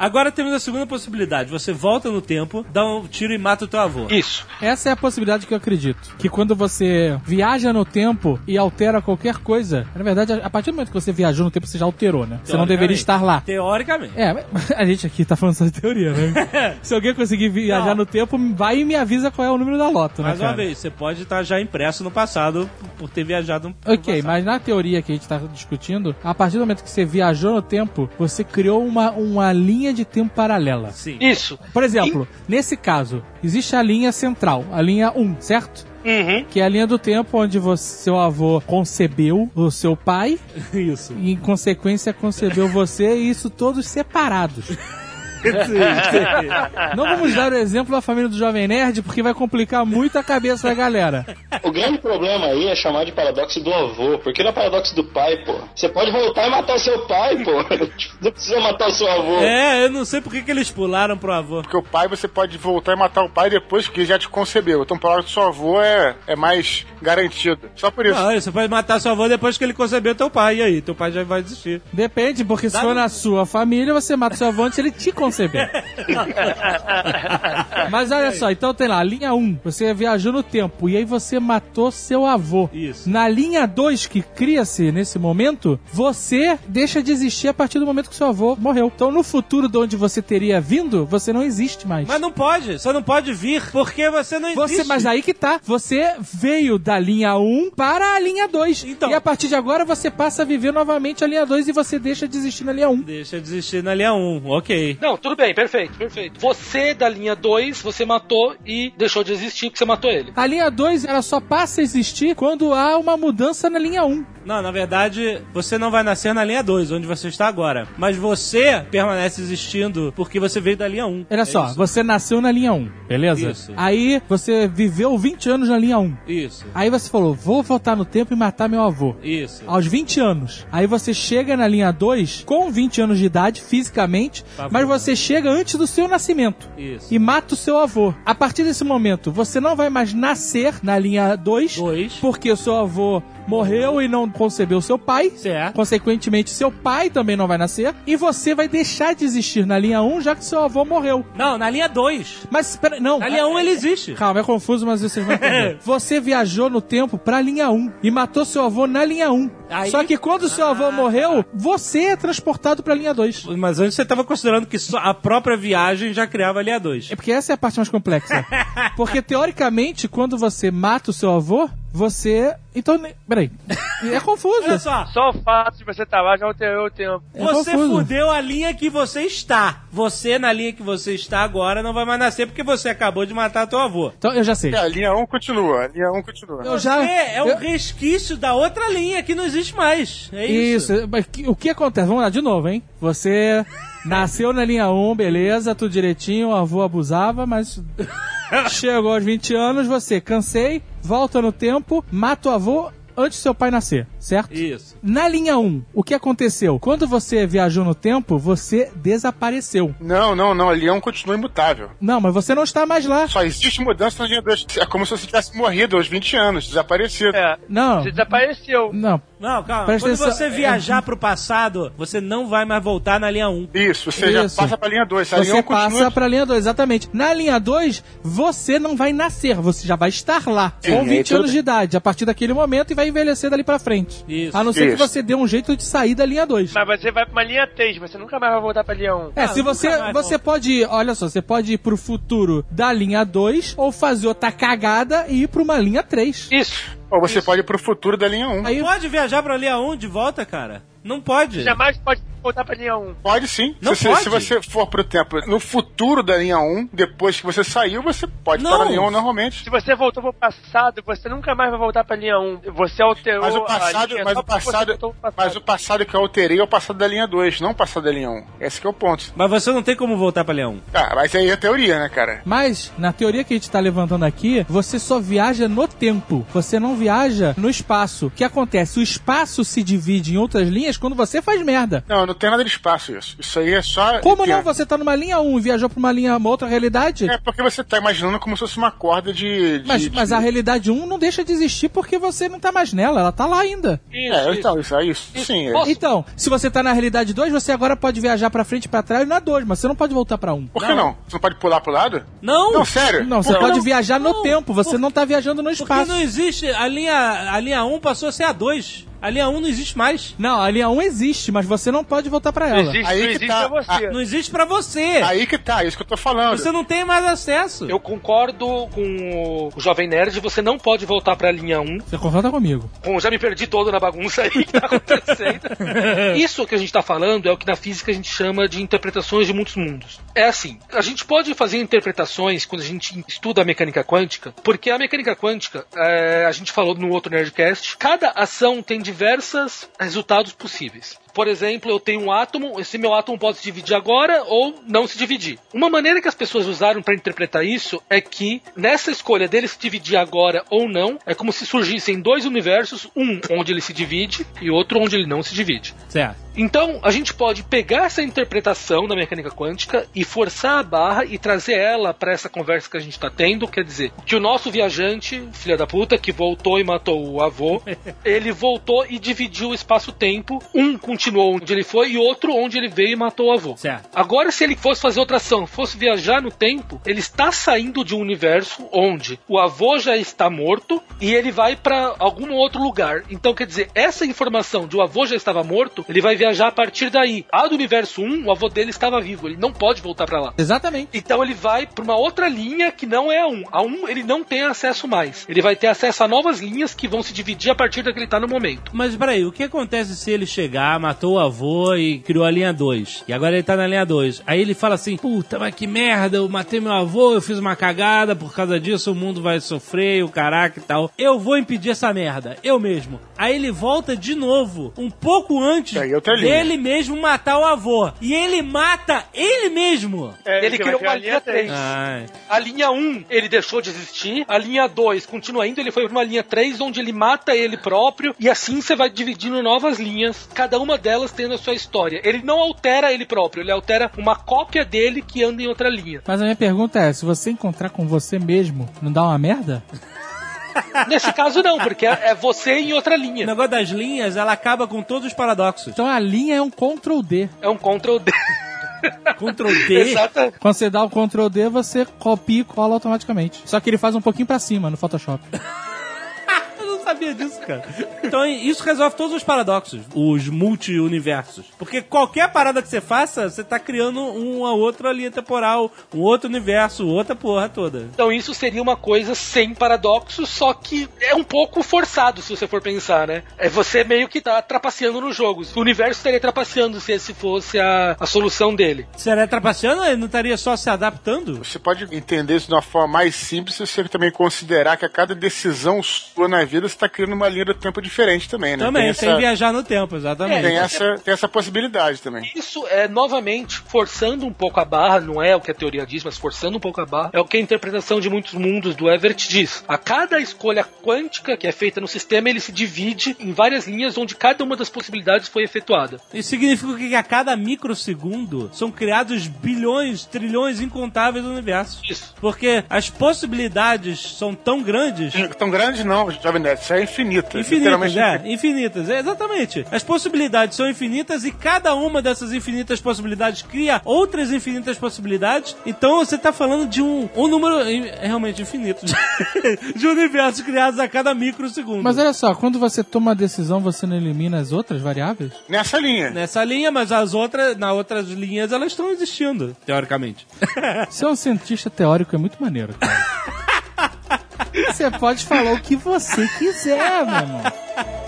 Speaker 2: Agora temos a segunda possibilidade. Você volta no tempo, dá um tiro e mata o teu avô.
Speaker 5: isso.
Speaker 7: Essa é a possibilidade que eu acredito. Que quando você viaja no tempo e altera qualquer coisa, na verdade, a partir do momento que você viajou no tempo, você já alterou, né? Você não deveria
Speaker 2: Teoricamente.
Speaker 7: estar lá.
Speaker 2: Teoricamente.
Speaker 7: É, mas a gente aqui tá falando só de teoria, né? Se alguém conseguir viajar
Speaker 2: Não.
Speaker 7: no tempo, vai e me avisa qual é o número da loto, né,
Speaker 2: Mais uma
Speaker 7: cara?
Speaker 2: vez, você pode estar já impresso no passado por ter viajado um no
Speaker 7: Ok,
Speaker 2: passado.
Speaker 7: mas na teoria que a gente tá discutindo, a partir do momento que você viajou no tempo, você criou uma, uma linha de tempo paralela.
Speaker 2: Sim.
Speaker 5: Isso.
Speaker 7: Por exemplo, nesse caso, existe a linha central, a linha 1, certo?
Speaker 5: Uhum.
Speaker 7: Que é a linha do tempo onde você- seu avô concebeu o seu pai
Speaker 2: Isso.
Speaker 7: e, em consequência, concebeu você e isso todos separados. Não vamos dar o exemplo da família do Jovem Nerd, porque vai complicar muito a cabeça da galera.
Speaker 6: O grande problema aí é chamar de paradoxo do avô, porque não é paradoxo do pai, pô. Você pode voltar e matar o seu pai, pô. Tipo, Não precisa matar o seu avô.
Speaker 2: É, eu não sei por que que eles pularam pro avô.
Speaker 4: Porque o pai você pode voltar e matar o pai depois que ele já te concebeu. Então, palavra do seu avô é, é mais garantido. Só por isso.
Speaker 2: Não, você pode matar seu avô depois que ele concebeu teu pai. E aí, teu pai já vai desistir.
Speaker 7: Depende, porque se
Speaker 2: Dá
Speaker 7: for
Speaker 2: no-
Speaker 7: na sua família, você mata o seu avô antes ele te conceber. Mas olha só, então tem lá, linha 1, você viajou no tempo e aí você matou seu avô.
Speaker 2: Isso.
Speaker 7: Na linha 2, que cria-se nesse momento, você deixa de existir a partir do momento que seu avô morreu. Então no futuro de onde você teria vindo, você não existe mais.
Speaker 2: Mas não pode, você não pode vir porque você não
Speaker 7: Você,
Speaker 2: existe.
Speaker 7: mas aí que tá. Você veio da linha 1 para a linha 2.
Speaker 2: Então.
Speaker 7: E a partir de agora você passa a viver novamente a linha 2 e você deixa de existir na linha 1.
Speaker 2: Deixa eu desistir na linha 1, ok.
Speaker 5: Não, tudo bem, perfeito, perfeito. Você da linha 2, você matou e deixou de existir porque você matou ele.
Speaker 7: A linha 2 ela só passa a existir quando há uma mudança na linha 1.
Speaker 2: Não, na verdade, você não vai nascer na linha 2, onde você está agora. Mas você permanece existindo porque você veio da linha 1.
Speaker 7: Olha
Speaker 2: É
Speaker 7: só,
Speaker 2: Isso.
Speaker 7: você nasceu na linha 1, beleza?
Speaker 2: Isso.
Speaker 7: Aí você viveu 20 anos na linha 1.
Speaker 2: Isso.
Speaker 7: Aí você falou: "Vou voltar no tempo e matar meu avô".
Speaker 2: Isso.
Speaker 7: aos 20 anos. Aí você chega na linha 2 com 20 anos de idade, fisicamente,
Speaker 2: Tá
Speaker 7: mas
Speaker 2: bom.
Speaker 7: você chega antes do seu nascimento.
Speaker 2: Isso.
Speaker 7: E mata o seu avô. A partir desse momento, você não vai mais nascer na linha 2,
Speaker 2: Dois.
Speaker 7: porque o seu avô morreu e não concebeu seu pai.
Speaker 2: Certo.
Speaker 7: Consequentemente, seu pai também não vai nascer. E você vai deixar de existir na linha 1, já que seu avô morreu.
Speaker 2: Não, na linha 2.
Speaker 7: Mas, pera, não.
Speaker 2: Na linha 1 ele existe.
Speaker 7: Calma, é confuso, mas vocês vão entender. Você viajou no tempo pra linha 1 e matou seu avô na linha 1.
Speaker 2: Aí- Ah.
Speaker 7: Só que quando seu avô morreu, você é transportado pra linha 2.
Speaker 2: Mas antes você estava considerando que só a própria viagem já criava a linha 2.
Speaker 7: É porque essa é a parte mais complexa. Porque, teoricamente, quando você mata o seu avô, você... Então, ne- peraí. É confuso.
Speaker 2: Olha só,
Speaker 3: Só o fato de você estar lá já alterou o tempo.
Speaker 7: É
Speaker 2: Você
Speaker 7: confuso.
Speaker 2: fudeu a linha que você está. Você, na linha que você está agora, não vai mais nascer porque você acabou de matar teu avô.
Speaker 7: Então, eu já sei.
Speaker 4: É, a um linha 1 continua, a linha 1 continua.
Speaker 7: Ah, Eu já...
Speaker 2: Você é um
Speaker 7: eu-
Speaker 2: resquício da outra linha que não existe mais. É isso.
Speaker 7: Isso. mas que- O que acontece? Vamos lá de novo, hein? Você nasceu na linha 1, beleza, tudo direitinho, o avô abusava, mas chegou aos 20 anos, você cansei, volta no tempo, mata o avô antes do seu pai nascer, certo?
Speaker 2: Isso.
Speaker 7: Na linha 1, o que aconteceu? Quando você viajou no tempo, você desapareceu.
Speaker 4: Não, não, não. A Leão continua imutável.
Speaker 7: Não, mas você não está mais lá.
Speaker 4: Só existe mudança na linha 2. É como se você tivesse morrido aos 20 anos, desaparecido.
Speaker 3: É,
Speaker 7: Não.
Speaker 3: você desapareceu.
Speaker 7: Não,
Speaker 2: Não, calma.
Speaker 7: Presta
Speaker 2: Quando
Speaker 7: atenção. é,
Speaker 2: você viajar pro passado, você não vai mais voltar na linha 1.
Speaker 4: Isso, você já
Speaker 7: Isso.
Speaker 4: passa pra linha 2. A
Speaker 7: Você
Speaker 4: Leão
Speaker 7: passa
Speaker 4: continua. assim.
Speaker 7: pra linha 2, exatamente. Na linha 2, você não vai nascer, você já vai estar lá,
Speaker 4: Sim,
Speaker 7: com
Speaker 4: aí
Speaker 7: 20
Speaker 4: tudo
Speaker 7: anos de idade, a partir daquele momento e vai envelhecer dali pra frente.
Speaker 2: Isso.
Speaker 7: A não ser que
Speaker 4: Isso.
Speaker 7: você dê um jeito de sair da linha 2.
Speaker 3: Mas você vai pra uma linha 3, mas você nunca mais vai voltar pra linha 1.
Speaker 7: É,
Speaker 2: Ah,
Speaker 7: se
Speaker 2: nunca
Speaker 7: você
Speaker 2: mais
Speaker 7: você
Speaker 2: volta.
Speaker 7: pode ir, olha só, você pode ir pro futuro da linha 2 ou fazer outra cagada e ir pra uma linha 3.
Speaker 5: Isso.
Speaker 4: Ou você pode ir pro futuro da linha 1.
Speaker 7: Aí
Speaker 2: Pode viajar pra linha 1 de volta, cara? Não pode.
Speaker 3: Jamais pode voltar pra linha 1.
Speaker 4: Pode sim.
Speaker 2: Não
Speaker 4: se, você-
Speaker 2: pode?
Speaker 4: se você for pro tempo no futuro da linha 1, depois que você saiu, você pode
Speaker 2: Não.
Speaker 4: estar na linha 1 normalmente.
Speaker 3: Se você voltou pro passado, você nunca mais vai voltar pra linha 1. Você alterou
Speaker 4: Mas o
Speaker 3: a
Speaker 4: passado,
Speaker 3: linha é
Speaker 4: mas
Speaker 3: só
Speaker 4: o
Speaker 3: porque você
Speaker 4: passado,
Speaker 3: voltou pro
Speaker 4: mas o passado que eu alterei é o passado da linha 2, não o passado da linha 1. Esse que é o ponto.
Speaker 2: Mas você não tem como voltar pra linha 1.
Speaker 4: Ah, mas aí é teoria, né, cara?
Speaker 7: Mas, na teoria que a gente tá levantando aqui, você só viaja no tempo. Você não viaja no espaço. O que acontece? O espaço se divide em outras linhas quando você faz merda.
Speaker 4: Não, não tem nada de espaço isso. Isso aí é só.
Speaker 7: Como não?
Speaker 4: tempo.
Speaker 7: Você tá numa linha 1 e viajou pra uma linha, uma outra realidade?
Speaker 4: É porque você tá imaginando como se fosse uma corda de. de-
Speaker 7: Mas,
Speaker 4: de-
Speaker 7: mas a realidade 1 não deixa de existir porque você não tá mais nela, ela tá lá ainda.
Speaker 5: Isso.
Speaker 4: É,
Speaker 5: isso.
Speaker 4: então, isso aí, isso. Sim, é.
Speaker 5: Posso-
Speaker 7: Então, se você tá na realidade 2, você agora pode viajar pra frente, e pra trás e na 2, mas você não pode voltar pra 1.
Speaker 4: Por que não? Você não pode pular pro lado?
Speaker 2: Não!
Speaker 4: Não, sério?
Speaker 7: Não, você
Speaker 4: Por que
Speaker 7: pode
Speaker 2: não?
Speaker 7: viajar no
Speaker 2: Não,
Speaker 7: tempo, você
Speaker 2: por-
Speaker 7: não tá viajando no
Speaker 2: Porque
Speaker 7: espaço.
Speaker 2: não existe. A linha, a linha 1 passou a ser a 2. A linha 1 não existe mais.
Speaker 7: Não, a linha 1 existe, mas você não pode voltar pra ela.
Speaker 3: Existe,
Speaker 4: Aí
Speaker 3: não
Speaker 4: que
Speaker 3: existe
Speaker 4: tá-
Speaker 3: pra você.
Speaker 2: Não existe pra você.
Speaker 4: Aí que tá, isso que eu tô falando.
Speaker 2: Você não tem mais acesso.
Speaker 5: Eu concordo com o Jovem Nerd, você não pode voltar pra linha 1.
Speaker 7: Você concorda comigo.
Speaker 5: Bom, já me perdi todo na bagunça aí que tá acontecendo. Isso que a gente tá falando é o que na física a gente chama de interpretações de muitos mundos. É assim, a gente pode fazer interpretações quando a gente estuda a mecânica quântica, porque a mecânica quântica, é, a gente falou no outro Nerdcast, cada ação tem diversos resultados possíveis. Por exemplo, eu tenho um átomo, esse meu átomo pode se dividir agora ou não se dividir. Uma maneira que as pessoas usaram para interpretar isso é que nessa escolha dele se dividir agora ou não, é como se surgissem dois universos, um onde ele se divide e outro onde ele não se divide.
Speaker 2: Certo.
Speaker 5: Então, a gente pode pegar essa interpretação da mecânica quântica e forçar a barra e trazer ela para essa conversa que a gente está tendo. Quer dizer, que o nosso viajante, filha da puta, que voltou e matou o avô, ele voltou e dividiu o espaço-tempo. Um continuou onde ele foi e outro onde ele veio e matou o avô.
Speaker 2: Certo.
Speaker 5: Agora, se ele fosse fazer outra ação, fosse viajar no tempo, ele está saindo de um universo onde o avô já está morto e ele vai para algum outro lugar. Então, quer dizer, essa informação de o avô já estava morto, ele vai viajar a partir daí. A do universo 1, o avô dele estava vivo, ele não pode voltar para lá.
Speaker 7: Exatamente.
Speaker 5: Então ele vai para uma outra linha que não é a 1. A 1 ele não tem acesso mais. Ele vai ter acesso a novas linhas que vão se dividir a partir da que ele está no momento.
Speaker 2: Mas peraí, o que acontece se ele chegar, matou o avô e criou a linha 2? E agora ele tá na linha 2. Aí ele fala assim: puta, mas que merda, eu matei meu avô, eu fiz uma cagada, por causa disso o mundo vai sofrer, o caraca e tal. Eu vou impedir essa merda, eu mesmo. Aí ele volta de novo, um pouco antes
Speaker 4: Aí outra linha.
Speaker 2: dele mesmo matar o avô. E ele mata ele mesmo.
Speaker 3: É,
Speaker 5: ele
Speaker 3: você
Speaker 5: criou uma
Speaker 3: vai criar
Speaker 5: linha 3.
Speaker 2: Ai.
Speaker 5: A linha 1, ele deixou de existir. A linha 2, continua indo, ele foi pra uma linha 3, onde ele mata ele próprio. E assim você vai dividindo novas linhas, cada uma delas tendo a sua história. Ele não altera ele próprio, ele altera uma cópia dele que anda em outra linha.
Speaker 7: Mas a minha pergunta é, se você encontrar com você mesmo, não dá uma merda?
Speaker 5: Nesse caso, não, porque é é você em outra
Speaker 2: O
Speaker 5: linha.
Speaker 2: negócio das linhas, ela acaba com todos os paradoxos.
Speaker 7: Então a linha é um Ctrl D.
Speaker 5: É um Ctrl D.
Speaker 2: Ctrl D.
Speaker 5: Exata.
Speaker 7: Quando você dá o Ctrl D, você copia e cola automaticamente. Só que ele faz um pouquinho pra cima no Photoshop.
Speaker 2: Eu não sabia disso, cara. Então isso resolve todos os paradoxos, os multi-universos. Porque qualquer parada que você faça, você tá criando uma outra linha temporal, um outro universo, outra porra toda.
Speaker 5: Então isso seria uma coisa sem paradoxo, só que é um pouco forçado, se você for pensar, né? É você meio que tá trapaceando no jogo. O universo estaria trapaceando se esse fosse a, a solução dele.
Speaker 2: Seria trapaceando? Ele não estaria só se adaptando?
Speaker 4: Você pode entender isso de uma forma mais simples se você também considerar que a cada decisão sua na vida você está criando uma linha do tempo diferente também, né?
Speaker 2: Também, sem
Speaker 4: essa-
Speaker 2: viajar no tempo, exatamente.
Speaker 4: tem essa, tem essa possibilidade também.
Speaker 5: Isso é novamente forçando um pouco a barra, não é o que a teoria diz, mas forçando um pouco a barra, é o que a interpretação de muitos mundos do Everett diz. A cada escolha quântica que é feita no sistema, ele se divide em várias linhas onde cada uma das possibilidades foi efetuada.
Speaker 2: Isso significa que a cada microsegundo são criados bilhões, trilhões incontáveis do universo.
Speaker 5: Isso.
Speaker 2: Porque as possibilidades são tão grandes.
Speaker 4: Tão grande não, Jovem Nerd, isso é infinito. é
Speaker 2: Infinitas,
Speaker 4: literalmente
Speaker 2: é, infinitas, é, exatamente. As possibilidades são infinitas e cada uma dessas infinitas possibilidades cria outras infinitas possibilidades. Então você tá falando de um, um número in- realmente infinito de, de universos criados a cada microsegundo.
Speaker 7: Mas olha só, quando você toma a decisão, você não elimina as outras variáveis?
Speaker 4: Nessa linha.
Speaker 2: Nessa linha, mas as outras, nas outras linhas, elas estão existindo, teoricamente.
Speaker 7: Ser um cientista teórico é muito maneiro, cara. Você pode falar o que você quiser, meu irmão.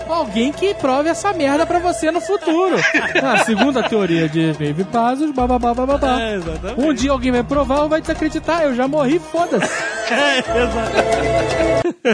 Speaker 7: Alguém que prove essa merda pra você no futuro. Ah, segundo a teoria de Baby Pazos, bababá, bababá.
Speaker 2: É, exatamente.
Speaker 7: Um dia alguém vai provar ou vai desacreditar. Eu já morri, foda-se.
Speaker 2: É, exatamente.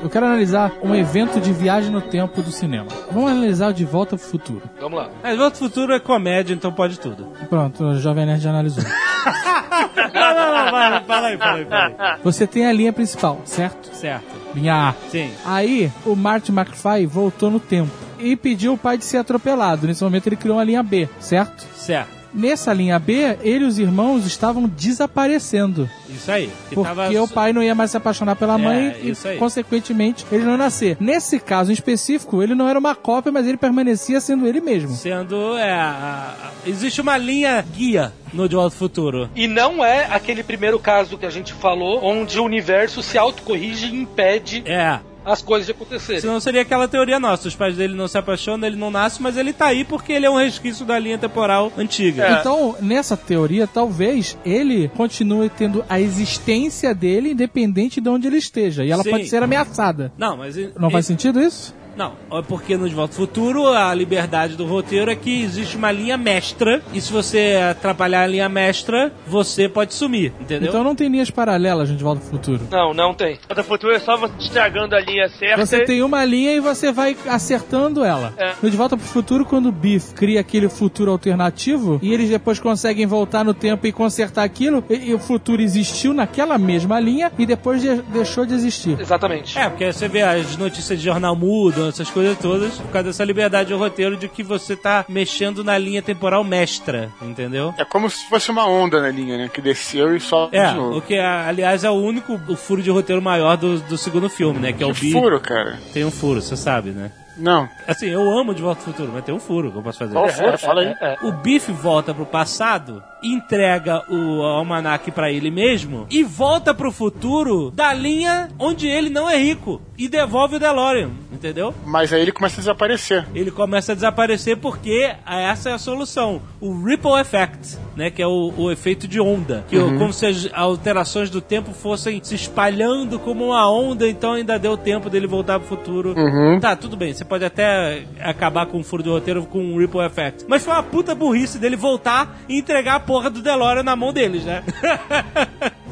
Speaker 7: Eu quero analisar um evento de viagem no tempo do cinema. Vamos analisar o De Volta pro Futuro.
Speaker 5: Vamos lá.
Speaker 2: Mas Volta ao Futuro é comédia, então pode tudo.
Speaker 7: Pronto, o Jovem Nerd já analisou.
Speaker 2: Não, não, não, vai, fala aí, fala aí, fala aí.
Speaker 7: Você tem a linha principal, certo?
Speaker 2: Certo.
Speaker 7: Linha A.
Speaker 2: Sim.
Speaker 7: Aí, o Marty McFly voltou no tempo e pediu o pai de ser atropelado. Nesse momento, ele criou uma linha B, certo?
Speaker 2: Certo.
Speaker 7: Nessa linha B, ele e os irmãos estavam desaparecendo.
Speaker 2: Isso aí. Que É,
Speaker 7: porque o pai não ia mais se apaixonar pela mãe e,
Speaker 2: isso aí.
Speaker 7: consequentemente, ele não ia nascer. Nesse caso em específico, ele não era uma cópia, mas ele permanecia sendo ele mesmo.
Speaker 2: Sendo, é. a- a- existe uma linha guia no De Volta ao Futuro.
Speaker 5: E não é aquele primeiro caso que a gente falou, onde o universo se autocorrige e impede
Speaker 2: É.
Speaker 5: as coisas de acontecerem.
Speaker 2: Senão seria aquela teoria nossa: os pais dele não se apaixonam, ele não nasce, mas ele tá aí porque ele é um resquício da linha temporal antiga.
Speaker 7: Então, nessa teoria, talvez ele continue tendo a existência dele independente de onde ele esteja. E ela
Speaker 2: Sim.
Speaker 7: pode ser ameaçada.
Speaker 2: Não, mas. e-
Speaker 7: Não
Speaker 2: e-
Speaker 7: faz sentido isso?
Speaker 2: Não, é porque no De Volta ao Futuro a liberdade do roteiro é que existe uma linha mestra e se você atrapalhar a linha mestra, você pode sumir, entendeu?
Speaker 7: Então não tem linhas paralelas no De Volta ao Futuro.
Speaker 5: Não, não tem.
Speaker 3: Volta ao futuro é só você estragando a linha certa.
Speaker 7: Você tem uma linha e você vai acertando ela.
Speaker 3: É.
Speaker 7: No De Volta pro Futuro, quando o Biff cria aquele futuro alternativo e eles depois conseguem voltar no tempo e consertar aquilo, e, e o futuro existiu naquela mesma linha e depois de- deixou de existir.
Speaker 5: Exatamente.
Speaker 2: É, porque você vê as notícias de jornal mudam, essas coisas todas, por causa dessa liberdade do roteiro de que você tá mexendo na linha temporal mestra, entendeu?
Speaker 4: É como se fosse uma onda na linha, né? Que desceu e sobe
Speaker 2: É,
Speaker 4: de novo.
Speaker 2: o que, aliás, é o único o furo de roteiro maior do, do segundo filme, né? Que é o
Speaker 4: Que
Speaker 2: Bi.
Speaker 4: um furo, cara.
Speaker 2: Tem um furo, você sabe, né?
Speaker 4: Não.
Speaker 2: Assim, eu amo De Volta ao Futuro, mas tem um furo que eu posso fazer.
Speaker 4: Qual furo? Fala aí.
Speaker 2: O Biff volta pro passado, entrega o almanac pra ele mesmo e volta pro futuro da linha onde ele não é rico e devolve o DeLorean, entendeu?
Speaker 4: Mas aí ele começa a desaparecer.
Speaker 2: Ele começa a desaparecer porque essa é a solução, o ripple effect, né, que é o, o efeito de onda, que o- como se as alterações do tempo fossem se espalhando como uma onda, então ainda deu tempo dele voltar pro futuro. Tá, tudo bem, você pode até acabar com o furo do roteiro com um ripple effect, mas foi uma puta burrice dele voltar e entregar a porra do DeLorean na mão deles, né?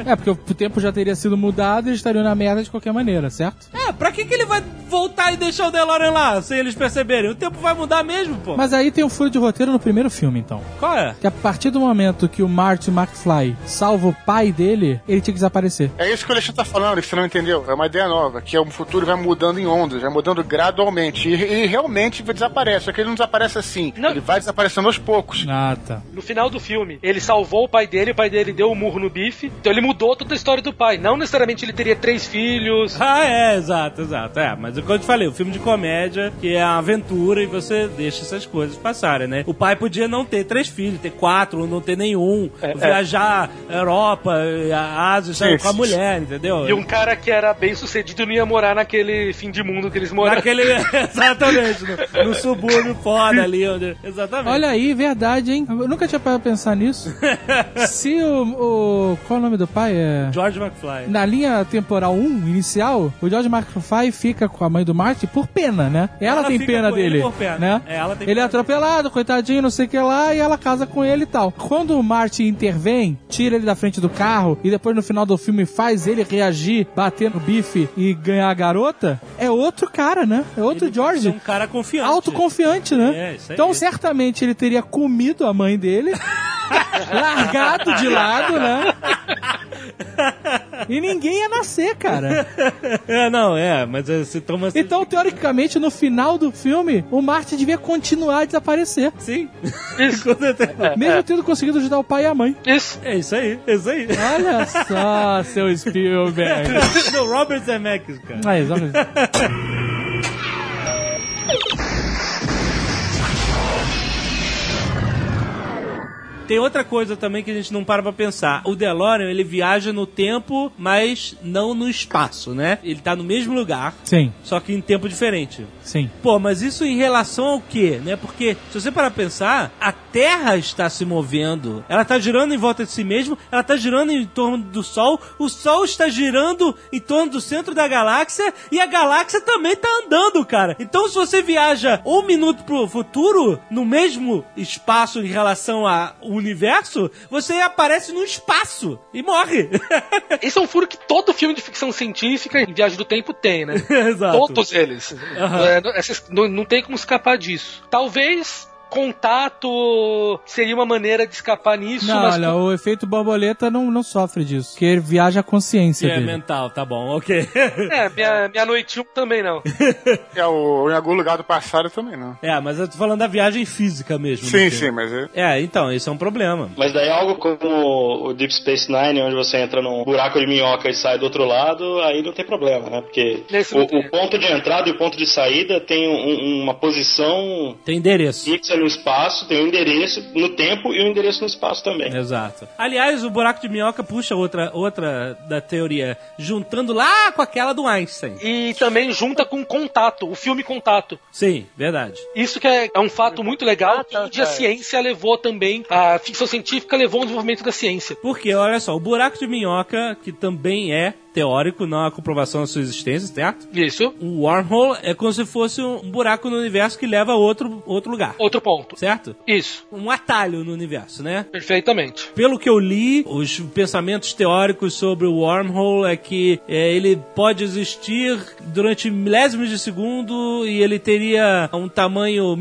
Speaker 7: É, porque o tempo já teria sido mudado e eles estariam na merda de qualquer maneira, certo?
Speaker 2: é, pra que que ele vai voltar e deixar o DeLorean lá sem eles perceberem? O tempo vai mudar mesmo, pô.
Speaker 7: Mas aí tem um furo de roteiro no primeiro filme, então.
Speaker 2: Qual é?
Speaker 7: Que a partir do momento que o Marty McFly salva o pai dele, ele tinha que desaparecer.
Speaker 4: É isso que o Alexandre tá falando, que você não entendeu. É uma ideia nova, que é um futuro vai mudando em ondas, vai mudando gradualmente. E, e realmente desaparece. Só que ele não desaparece assim.
Speaker 5: Não.
Speaker 4: Ele vai desaparecendo aos poucos.
Speaker 7: Ah, tá.
Speaker 5: No final do filme, ele salvou o pai dele, o pai dele deu um murro no bife, então ele mudou toda a história do pai. Não necessariamente ele teria três filhos.
Speaker 2: Ah, é, exato, exato. É, mas é o que eu te falei, o filme de comédia, que é a aventura e você deixa essas coisas passarem, né? O pai podia não ter três filhos, ter quatro, ou não ter nenhum,
Speaker 5: É, é.
Speaker 2: viajar à Europa, à Ásia, sabe, com a mulher, entendeu?
Speaker 5: E um cara que era bem sucedido não ia morar naquele fim de mundo que eles moraram.
Speaker 2: Naquele. Tá Exatamente, no, no subúrbio foda ali. Onde... Exatamente.
Speaker 7: Olha aí, verdade, hein? Eu nunca tinha parado pra pensar nisso. Se o, o- Qual o nome do pai? É.
Speaker 2: George McFly.
Speaker 7: Na linha temporal 1, inicial, o George McFly fica com a mãe do Marty por pena, né? Ela,
Speaker 2: Ela
Speaker 7: tem
Speaker 2: fica
Speaker 7: pena
Speaker 2: com
Speaker 7: dele.
Speaker 2: ele por pena.
Speaker 7: Né?
Speaker 2: É, ela tem
Speaker 7: ele é
Speaker 2: pena
Speaker 7: atropelado, coitadinho, não sei o que lá, e ela casa com ele e tal. Quando o Marty intervém, tira ele da frente do carro e depois no final do filme faz ele reagir, bater no bife e ganhar a garota, é outro cara, né? É outro
Speaker 2: Ele
Speaker 7: George.
Speaker 2: é Um cara confiante.
Speaker 7: Autoconfiante, né?
Speaker 2: É, isso aí.
Speaker 7: então, certamente, ele teria comido a mãe dele, largado de lado, né? E ninguém ia nascer, cara.
Speaker 2: É, não, é, mas é, se toma assim.
Speaker 7: Então, teoricamente, no final do filme, o Marty devia continuar a desaparecer.
Speaker 2: Sim.
Speaker 5: Isso,
Speaker 2: Com
Speaker 9: É.
Speaker 2: certeza.
Speaker 7: Mesmo tendo conseguido ajudar o pai e a mãe.
Speaker 5: isso.
Speaker 2: É isso aí, é isso aí.
Speaker 7: Olha só, seu Spielberg.
Speaker 2: Não, Robert Zemeckis, cara.
Speaker 7: Ah, exatamente.
Speaker 2: Tem outra coisa também que a gente não para pra pensar. O DeLorean, ele viaja no tempo, mas não no espaço, né? Ele tá no mesmo lugar,
Speaker 7: Sim,
Speaker 2: só que em tempo diferente.
Speaker 7: sim.
Speaker 2: Pô, mas isso em relação ao quê, né? Porque se você parar pra pensar, a Terra está se movendo. Ela tá girando em volta de si mesma, ela tá girando em torno do Sol, o Sol está girando em torno do centro da galáxia e a galáxia também tá andando, cara. Então se você viaja um minuto pro futuro, no mesmo espaço em relação ao universo, você aparece no espaço e morre.
Speaker 5: Esse é um furo que todo filme de ficção científica e viagem do tempo tem, né?
Speaker 2: Exato.
Speaker 5: Todos eles. É, não- essas- não, não tem como escapar disso. Talvez contato seria uma maneira de escapar nisso,
Speaker 7: Não,
Speaker 5: mas
Speaker 7: olha, o efeito borboleta não, não sofre disso. Porque ele viaja a consciência
Speaker 2: É
Speaker 7: dele.
Speaker 2: mental, tá bom, ok.
Speaker 5: é, minha, minha noitinho também não.
Speaker 4: É, o, em algum lugar do passado também, não.
Speaker 2: É, mas eu tô falando da viagem física mesmo.
Speaker 4: Sim,
Speaker 2: né?
Speaker 4: sim, mas é,
Speaker 2: É, então, esse é um problema.
Speaker 6: Mas daí algo como o Deep Space Nine, onde você entra num buraco de minhoca e sai do outro lado, aí não tem problema, né? Porque
Speaker 5: Nesse
Speaker 6: o,
Speaker 5: não tem.
Speaker 6: o ponto de entrada e o ponto de saída tem um- uma posição
Speaker 2: Tem endereço.
Speaker 6: fixa no espaço, tem um endereço no tempo e um endereço no espaço também.
Speaker 2: Exato. Aliás, o buraco de minhoca puxa outra, outra da teoria, juntando lá com aquela do Einstein.
Speaker 5: E também junta com contato, o filme Contato.
Speaker 2: Sim, verdade.
Speaker 5: Isso que é, é um fato muito legal que onde a
Speaker 3: tá.
Speaker 5: ciência levou também, a ficção científica levou ao desenvolvimento da ciência.
Speaker 2: Porque, olha só, o buraco de minhoca, que também é teórico, não há comprovação da sua existência, certo?
Speaker 5: Isso.
Speaker 2: O wormhole é como se fosse um buraco no universo que leva a outro, outro lugar,
Speaker 5: Outro ponto.
Speaker 2: certo?
Speaker 5: Isso.
Speaker 2: Um atalho no universo, né?
Speaker 5: Perfeitamente.
Speaker 2: Pelo que eu li, os pensamentos teóricos sobre o wormhole é que é, ele pode existir durante milésimos de segundo e ele teria um tamanho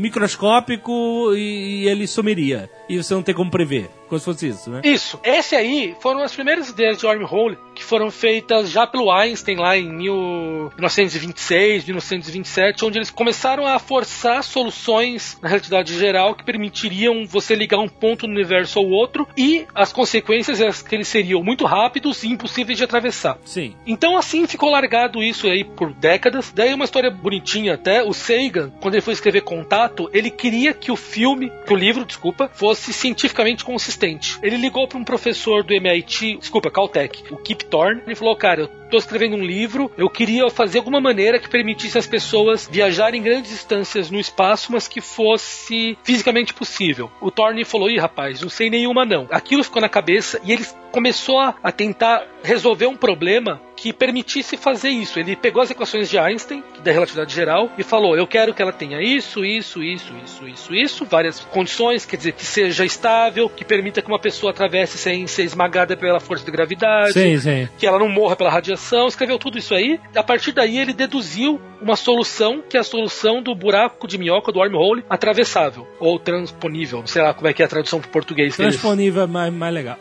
Speaker 2: microscópico e, e ele sumiria. E você não tem como prever. Como se fosse isso, né?
Speaker 5: Isso. Esse aí foram as primeiras ideias de wormhole que foram feitas já pelo Einstein lá em 1926, 1927, onde eles começaram a forçar soluções na realidade geral que permitiriam você ligar um ponto no universo ao outro e as consequências é que eles seriam muito rápidos e impossíveis de atravessar.
Speaker 2: Sim.
Speaker 5: Então assim ficou largado isso aí por décadas. Daí uma história bonitinha até, o Sagan, quando ele foi escrever Contato, ele queria que o filme, que o livro, desculpa, fosse cientificamente consistente. Ele ligou para um professor do MIT, desculpa, Caltech, o Kip Thorne, ele falou: "Cara, eu tô escrevendo um livro, eu queria fazer alguma maneira que permitisse as pessoas viajarem grandes distâncias no espaço, mas que fosse fisicamente possível". O Thorne falou: "Ih, rapaz, não sei nenhuma não". Aquilo ficou na cabeça e ele começou a, a tentar resolver um problema que permitisse fazer isso. Ele pegou as equações de Einstein, da relatividade geral, e falou: eu quero que ela tenha isso, isso, isso, isso, isso, isso, várias condições, quer dizer, que seja estável, que permita que uma pessoa atravesse sem ser esmagada pela força de gravidade
Speaker 2: sim.
Speaker 5: que ela não morra pela radiação, escreveu tudo isso aí. A partir daí ele deduziu uma solução que é a solução do buraco de minhoca do wormhole atravessável ou transponível, sei lá como é que é a tradução para português. deles.
Speaker 2: Transponível é mais, mais legal.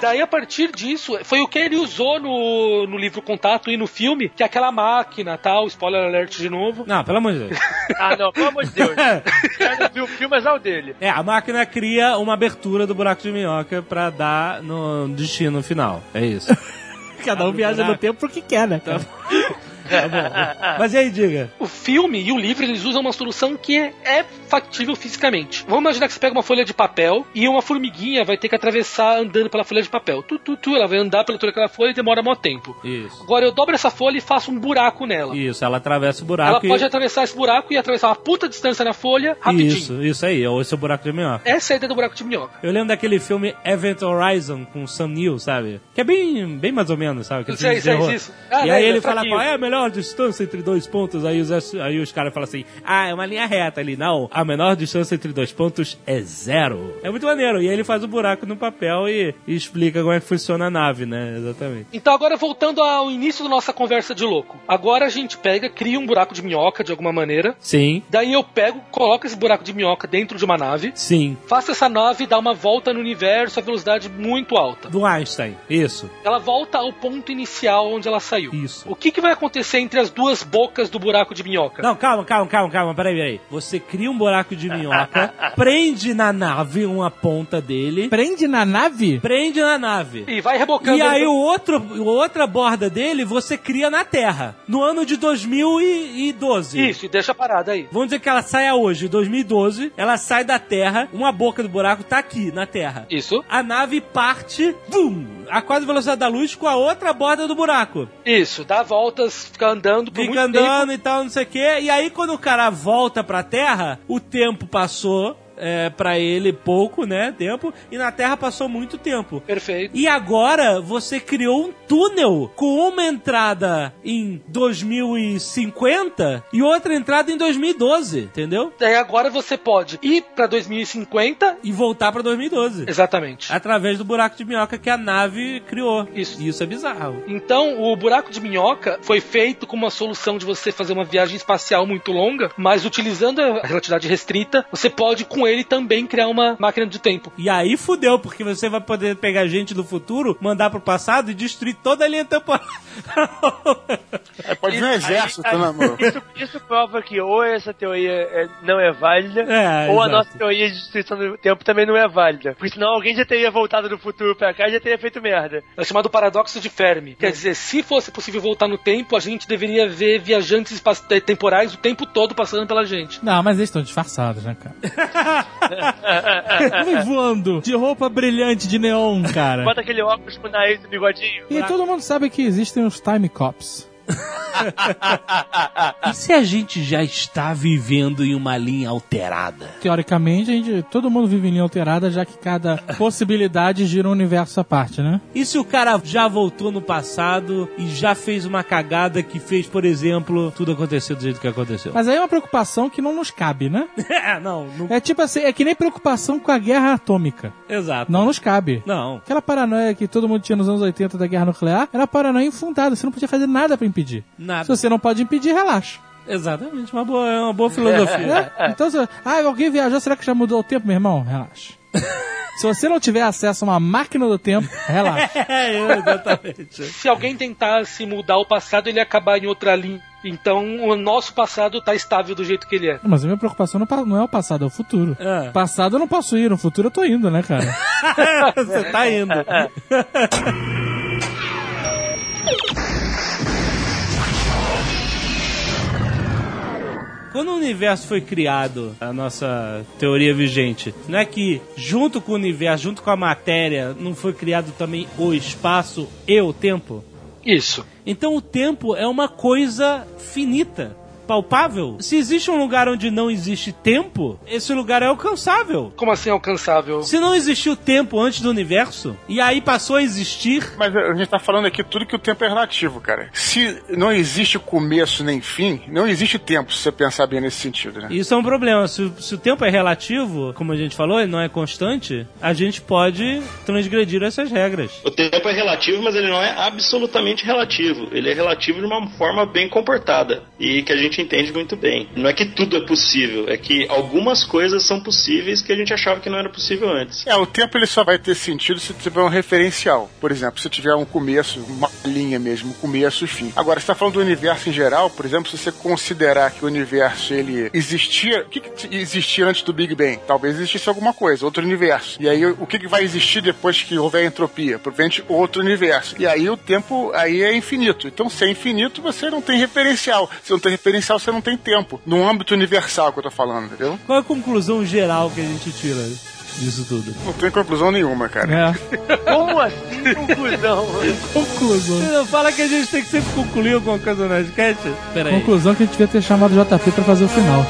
Speaker 5: Daí a partir disso foi o que ele usou no, no livro Contato e no filme, que é aquela máquina tal, spoiler alert de novo.
Speaker 2: Não, pelo amor de Deus.
Speaker 3: Ah, não, pelo amor de Deus. Já não viu o filme, mas é o dele.
Speaker 2: É, a máquina cria uma abertura do buraco de minhoca pra dar no destino final. É isso.
Speaker 9: Cada um viaja no tempo porque quer, né? cara?
Speaker 2: Tá bom. Mas e aí, diga.
Speaker 5: O filme e o livro eles usam uma solução que é, é factível fisicamente. Vamos imaginar que você pega uma folha de papel e uma formiguinha vai ter que atravessar andando pela folha de papel. Tu, tu, tu, ela vai andar pela toda aquela folha e demora maior tempo.
Speaker 2: Isso.
Speaker 5: Agora eu dobro essa folha e faço um buraco nela.
Speaker 2: Isso, ela atravessa o
Speaker 5: Ela
Speaker 2: buraco e...
Speaker 5: pode atravessar esse buraco e atravessar uma puta distância na folha rapidinho.
Speaker 2: Isso, isso aí, ou esse é o buraco de minhoca.
Speaker 5: Essa é a ideia do buraco de minhoca.
Speaker 2: Eu lembro daquele filme Event Horizon com Sam Neill, sabe? Que é bem, bem mais ou menos, sabe? Que
Speaker 5: Sei, sei, isso.
Speaker 2: e
Speaker 5: Ah, lembro,
Speaker 2: aí ele fala,
Speaker 5: fraquinho.
Speaker 2: qual é a melhor distância entre dois pontos? Aí os, aí os caras falam assim, ah, é uma linha reta ali. Não, a menor distância entre dois pontos é zero. É muito maneiro. E aí ele faz o buraco no papel e, e explica como é que funciona a nave, né? Exatamente.
Speaker 5: Então agora voltando ao início da nossa conversa de louco. Agora a gente pega, cria um buraco de minhoca de alguma maneira.
Speaker 2: Sim,
Speaker 5: Daí eu pego, coloco esse buraco de minhoca dentro de uma nave.
Speaker 2: sim.
Speaker 5: Faço essa nave dar uma volta no universo a velocidade muito alta.
Speaker 2: Do Einstein, isso.
Speaker 5: Ela volta ao ponto inicial onde ela saiu.
Speaker 2: Isso.
Speaker 5: O que, que vai acontecer entre as duas bocas do buraco de minhoca?
Speaker 2: Não, calma, calma, calma, calma, peraí, peraí. Você cria um buraco de minhoca, prende na nave uma ponta dele,
Speaker 9: Prende na nave?
Speaker 2: prende na nave.
Speaker 5: E vai rebocando.
Speaker 2: E aí o outro, outra borda dele você cria na Terra, no ano de 2012.
Speaker 5: Isso, e deixa parada aí.
Speaker 2: Vamos dizer que ela saia hoje, 2012, ela sai da Terra, uma boca do buraco tá aqui, na Terra.
Speaker 5: Isso,
Speaker 2: A nave parte, bum, a quase velocidade da luz com a outra borda do buraco.
Speaker 5: isso. Dá voltas, fica andando por
Speaker 2: Fica
Speaker 5: muito tempo.
Speaker 2: andando e tal, não sei o quê. E aí, quando o cara volta pra Terra, o tempo passou é, pra ele pouco, né? Tempo. E na Terra passou muito tempo.
Speaker 5: Perfeito.
Speaker 2: E agora você criou um túnel com uma entrada em 2050 e outra entrada em 2012, entendeu?
Speaker 5: Daí agora você pode ir pra 2050.
Speaker 2: E voltar pra 2012.
Speaker 5: Exatamente.
Speaker 2: Através do buraco de minhoca que a nave criou.
Speaker 5: Isso.
Speaker 2: Isso é bizarro.
Speaker 5: Então, o buraco de minhoca foi feito com uma solução de você fazer uma viagem espacial muito longa, mas utilizando a relatividade restrita, você pode com ele também criar uma máquina do tempo.
Speaker 2: E aí fudeu, porque você vai poder pegar gente do futuro, mandar pro passado e destruir toda a linha temporal.
Speaker 4: É, pode vir um exército,
Speaker 3: Aí,
Speaker 4: né, amor?
Speaker 3: Isso, isso prova que ou essa teoria é- não é válida,
Speaker 2: É,
Speaker 3: ou a
Speaker 2: exato.
Speaker 3: nossa teoria de destruição do tempo também não é válida. Porque senão alguém já teria voltado do futuro pra cá e já teria feito merda.
Speaker 5: É chamado paradoxo de Fermi.
Speaker 2: Hum.
Speaker 5: Quer dizer, se fosse possível voltar no tempo, a gente deveria ver viajantes espa- eh, temporais o tempo todo passando pela gente.
Speaker 9: Não, mas eles estão disfarçados, né, cara? Vem voando de roupa brilhante de neon,
Speaker 4: É.
Speaker 9: cara.
Speaker 3: Bota aquele óculos com o nariz do bigodinho.
Speaker 9: E todo mundo sabe que existem os time cops.
Speaker 2: e se a gente já está vivendo em uma linha alterada?
Speaker 9: Teoricamente, a gente, todo mundo vive em linha alterada, já que cada possibilidade gira um universo à parte, né?
Speaker 2: E se o cara já voltou no passado e já fez uma cagada que fez, por exemplo, tudo acontecer do jeito que aconteceu?
Speaker 9: Mas aí é uma preocupação que não nos cabe, né?
Speaker 2: É, não, não.
Speaker 9: É tipo assim, é que nem preocupação com a guerra atômica.
Speaker 2: Exato.
Speaker 9: Não nos cabe.
Speaker 2: Não.
Speaker 9: Aquela paranoia que todo mundo tinha nos anos 80 da guerra nuclear era uma paranoia infundada, você não podia fazer nada pra impedir.
Speaker 2: Nada.
Speaker 9: Se você não pode impedir, relaxa.
Speaker 2: Exatamente, uma boa, é uma boa filosofia.
Speaker 9: né? Então, se, ah, alguém viajou, será que já mudou o tempo, meu irmão? Relaxa. Se você não tiver acesso a uma máquina do tempo, relaxa.
Speaker 2: é, exatamente.
Speaker 5: Se alguém tentasse mudar o passado, ele ia acabar em outra linha. Então, o nosso passado tá estável do jeito que ele é.
Speaker 9: Mas a minha preocupação não pa- não é o passado, é o futuro.
Speaker 2: É.
Speaker 9: Passado eu não posso ir, no futuro eu tô indo, né, cara?
Speaker 2: Você tá indo. Quando o universo foi criado, a nossa teoria vigente, não é que junto com o universo, junto com a matéria, não foi criado também o espaço e o tempo?
Speaker 5: Isso.
Speaker 2: Então o tempo é uma coisa finita, palpável. Se existe um lugar onde não existe tempo, esse lugar é alcançável.
Speaker 5: Como assim alcançável?
Speaker 2: Se não existiu tempo antes do universo, e aí passou a existir,
Speaker 4: Mas a gente tá falando aqui tudo que o tempo é relativo, cara. Se não existe começo nem fim, não existe tempo, se você pensar bem nesse sentido, né?
Speaker 2: isso é um problema. Se, o- se o tempo é relativo, como a gente falou, ele não é constante, a gente pode transgredir essas regras.
Speaker 6: O tempo é relativo, mas ele não é absolutamente relativo. Ele é relativo de uma forma bem comportada. E que a gente gente entende muito bem. Não é que tudo é possível, é que algumas coisas são possíveis que a gente achava que não era possível antes.
Speaker 4: É, o tempo ele só vai ter sentido se tiver um referencial. Por exemplo, se tiver um começo, uma linha mesmo, começo e fim. Agora, se tá falando do universo em geral, por exemplo, se você considerar que o universo ele existia, o que, que existia antes do Big Bang? Talvez existisse alguma coisa, outro universo. E aí, o que, que vai existir depois que houver entropia? Provavelmente outro universo. E aí o tempo aí é infinito. Então, se é infinito, você não tem referencial. Se não tem referencial, você não tem tempo. No âmbito universal que eu tô falando, entendeu?
Speaker 2: Qual é a conclusão geral que a gente tira disso tudo?
Speaker 4: Não tem conclusão nenhuma, cara.
Speaker 3: Como assim, conclusão?
Speaker 2: Você
Speaker 9: É. Conclusão.
Speaker 2: não fala que a gente tem que sempre concluir alguma coisa no Nerdcast? Pera aí.
Speaker 9: Conclusão que a gente devia ter chamado o JP pra fazer o final.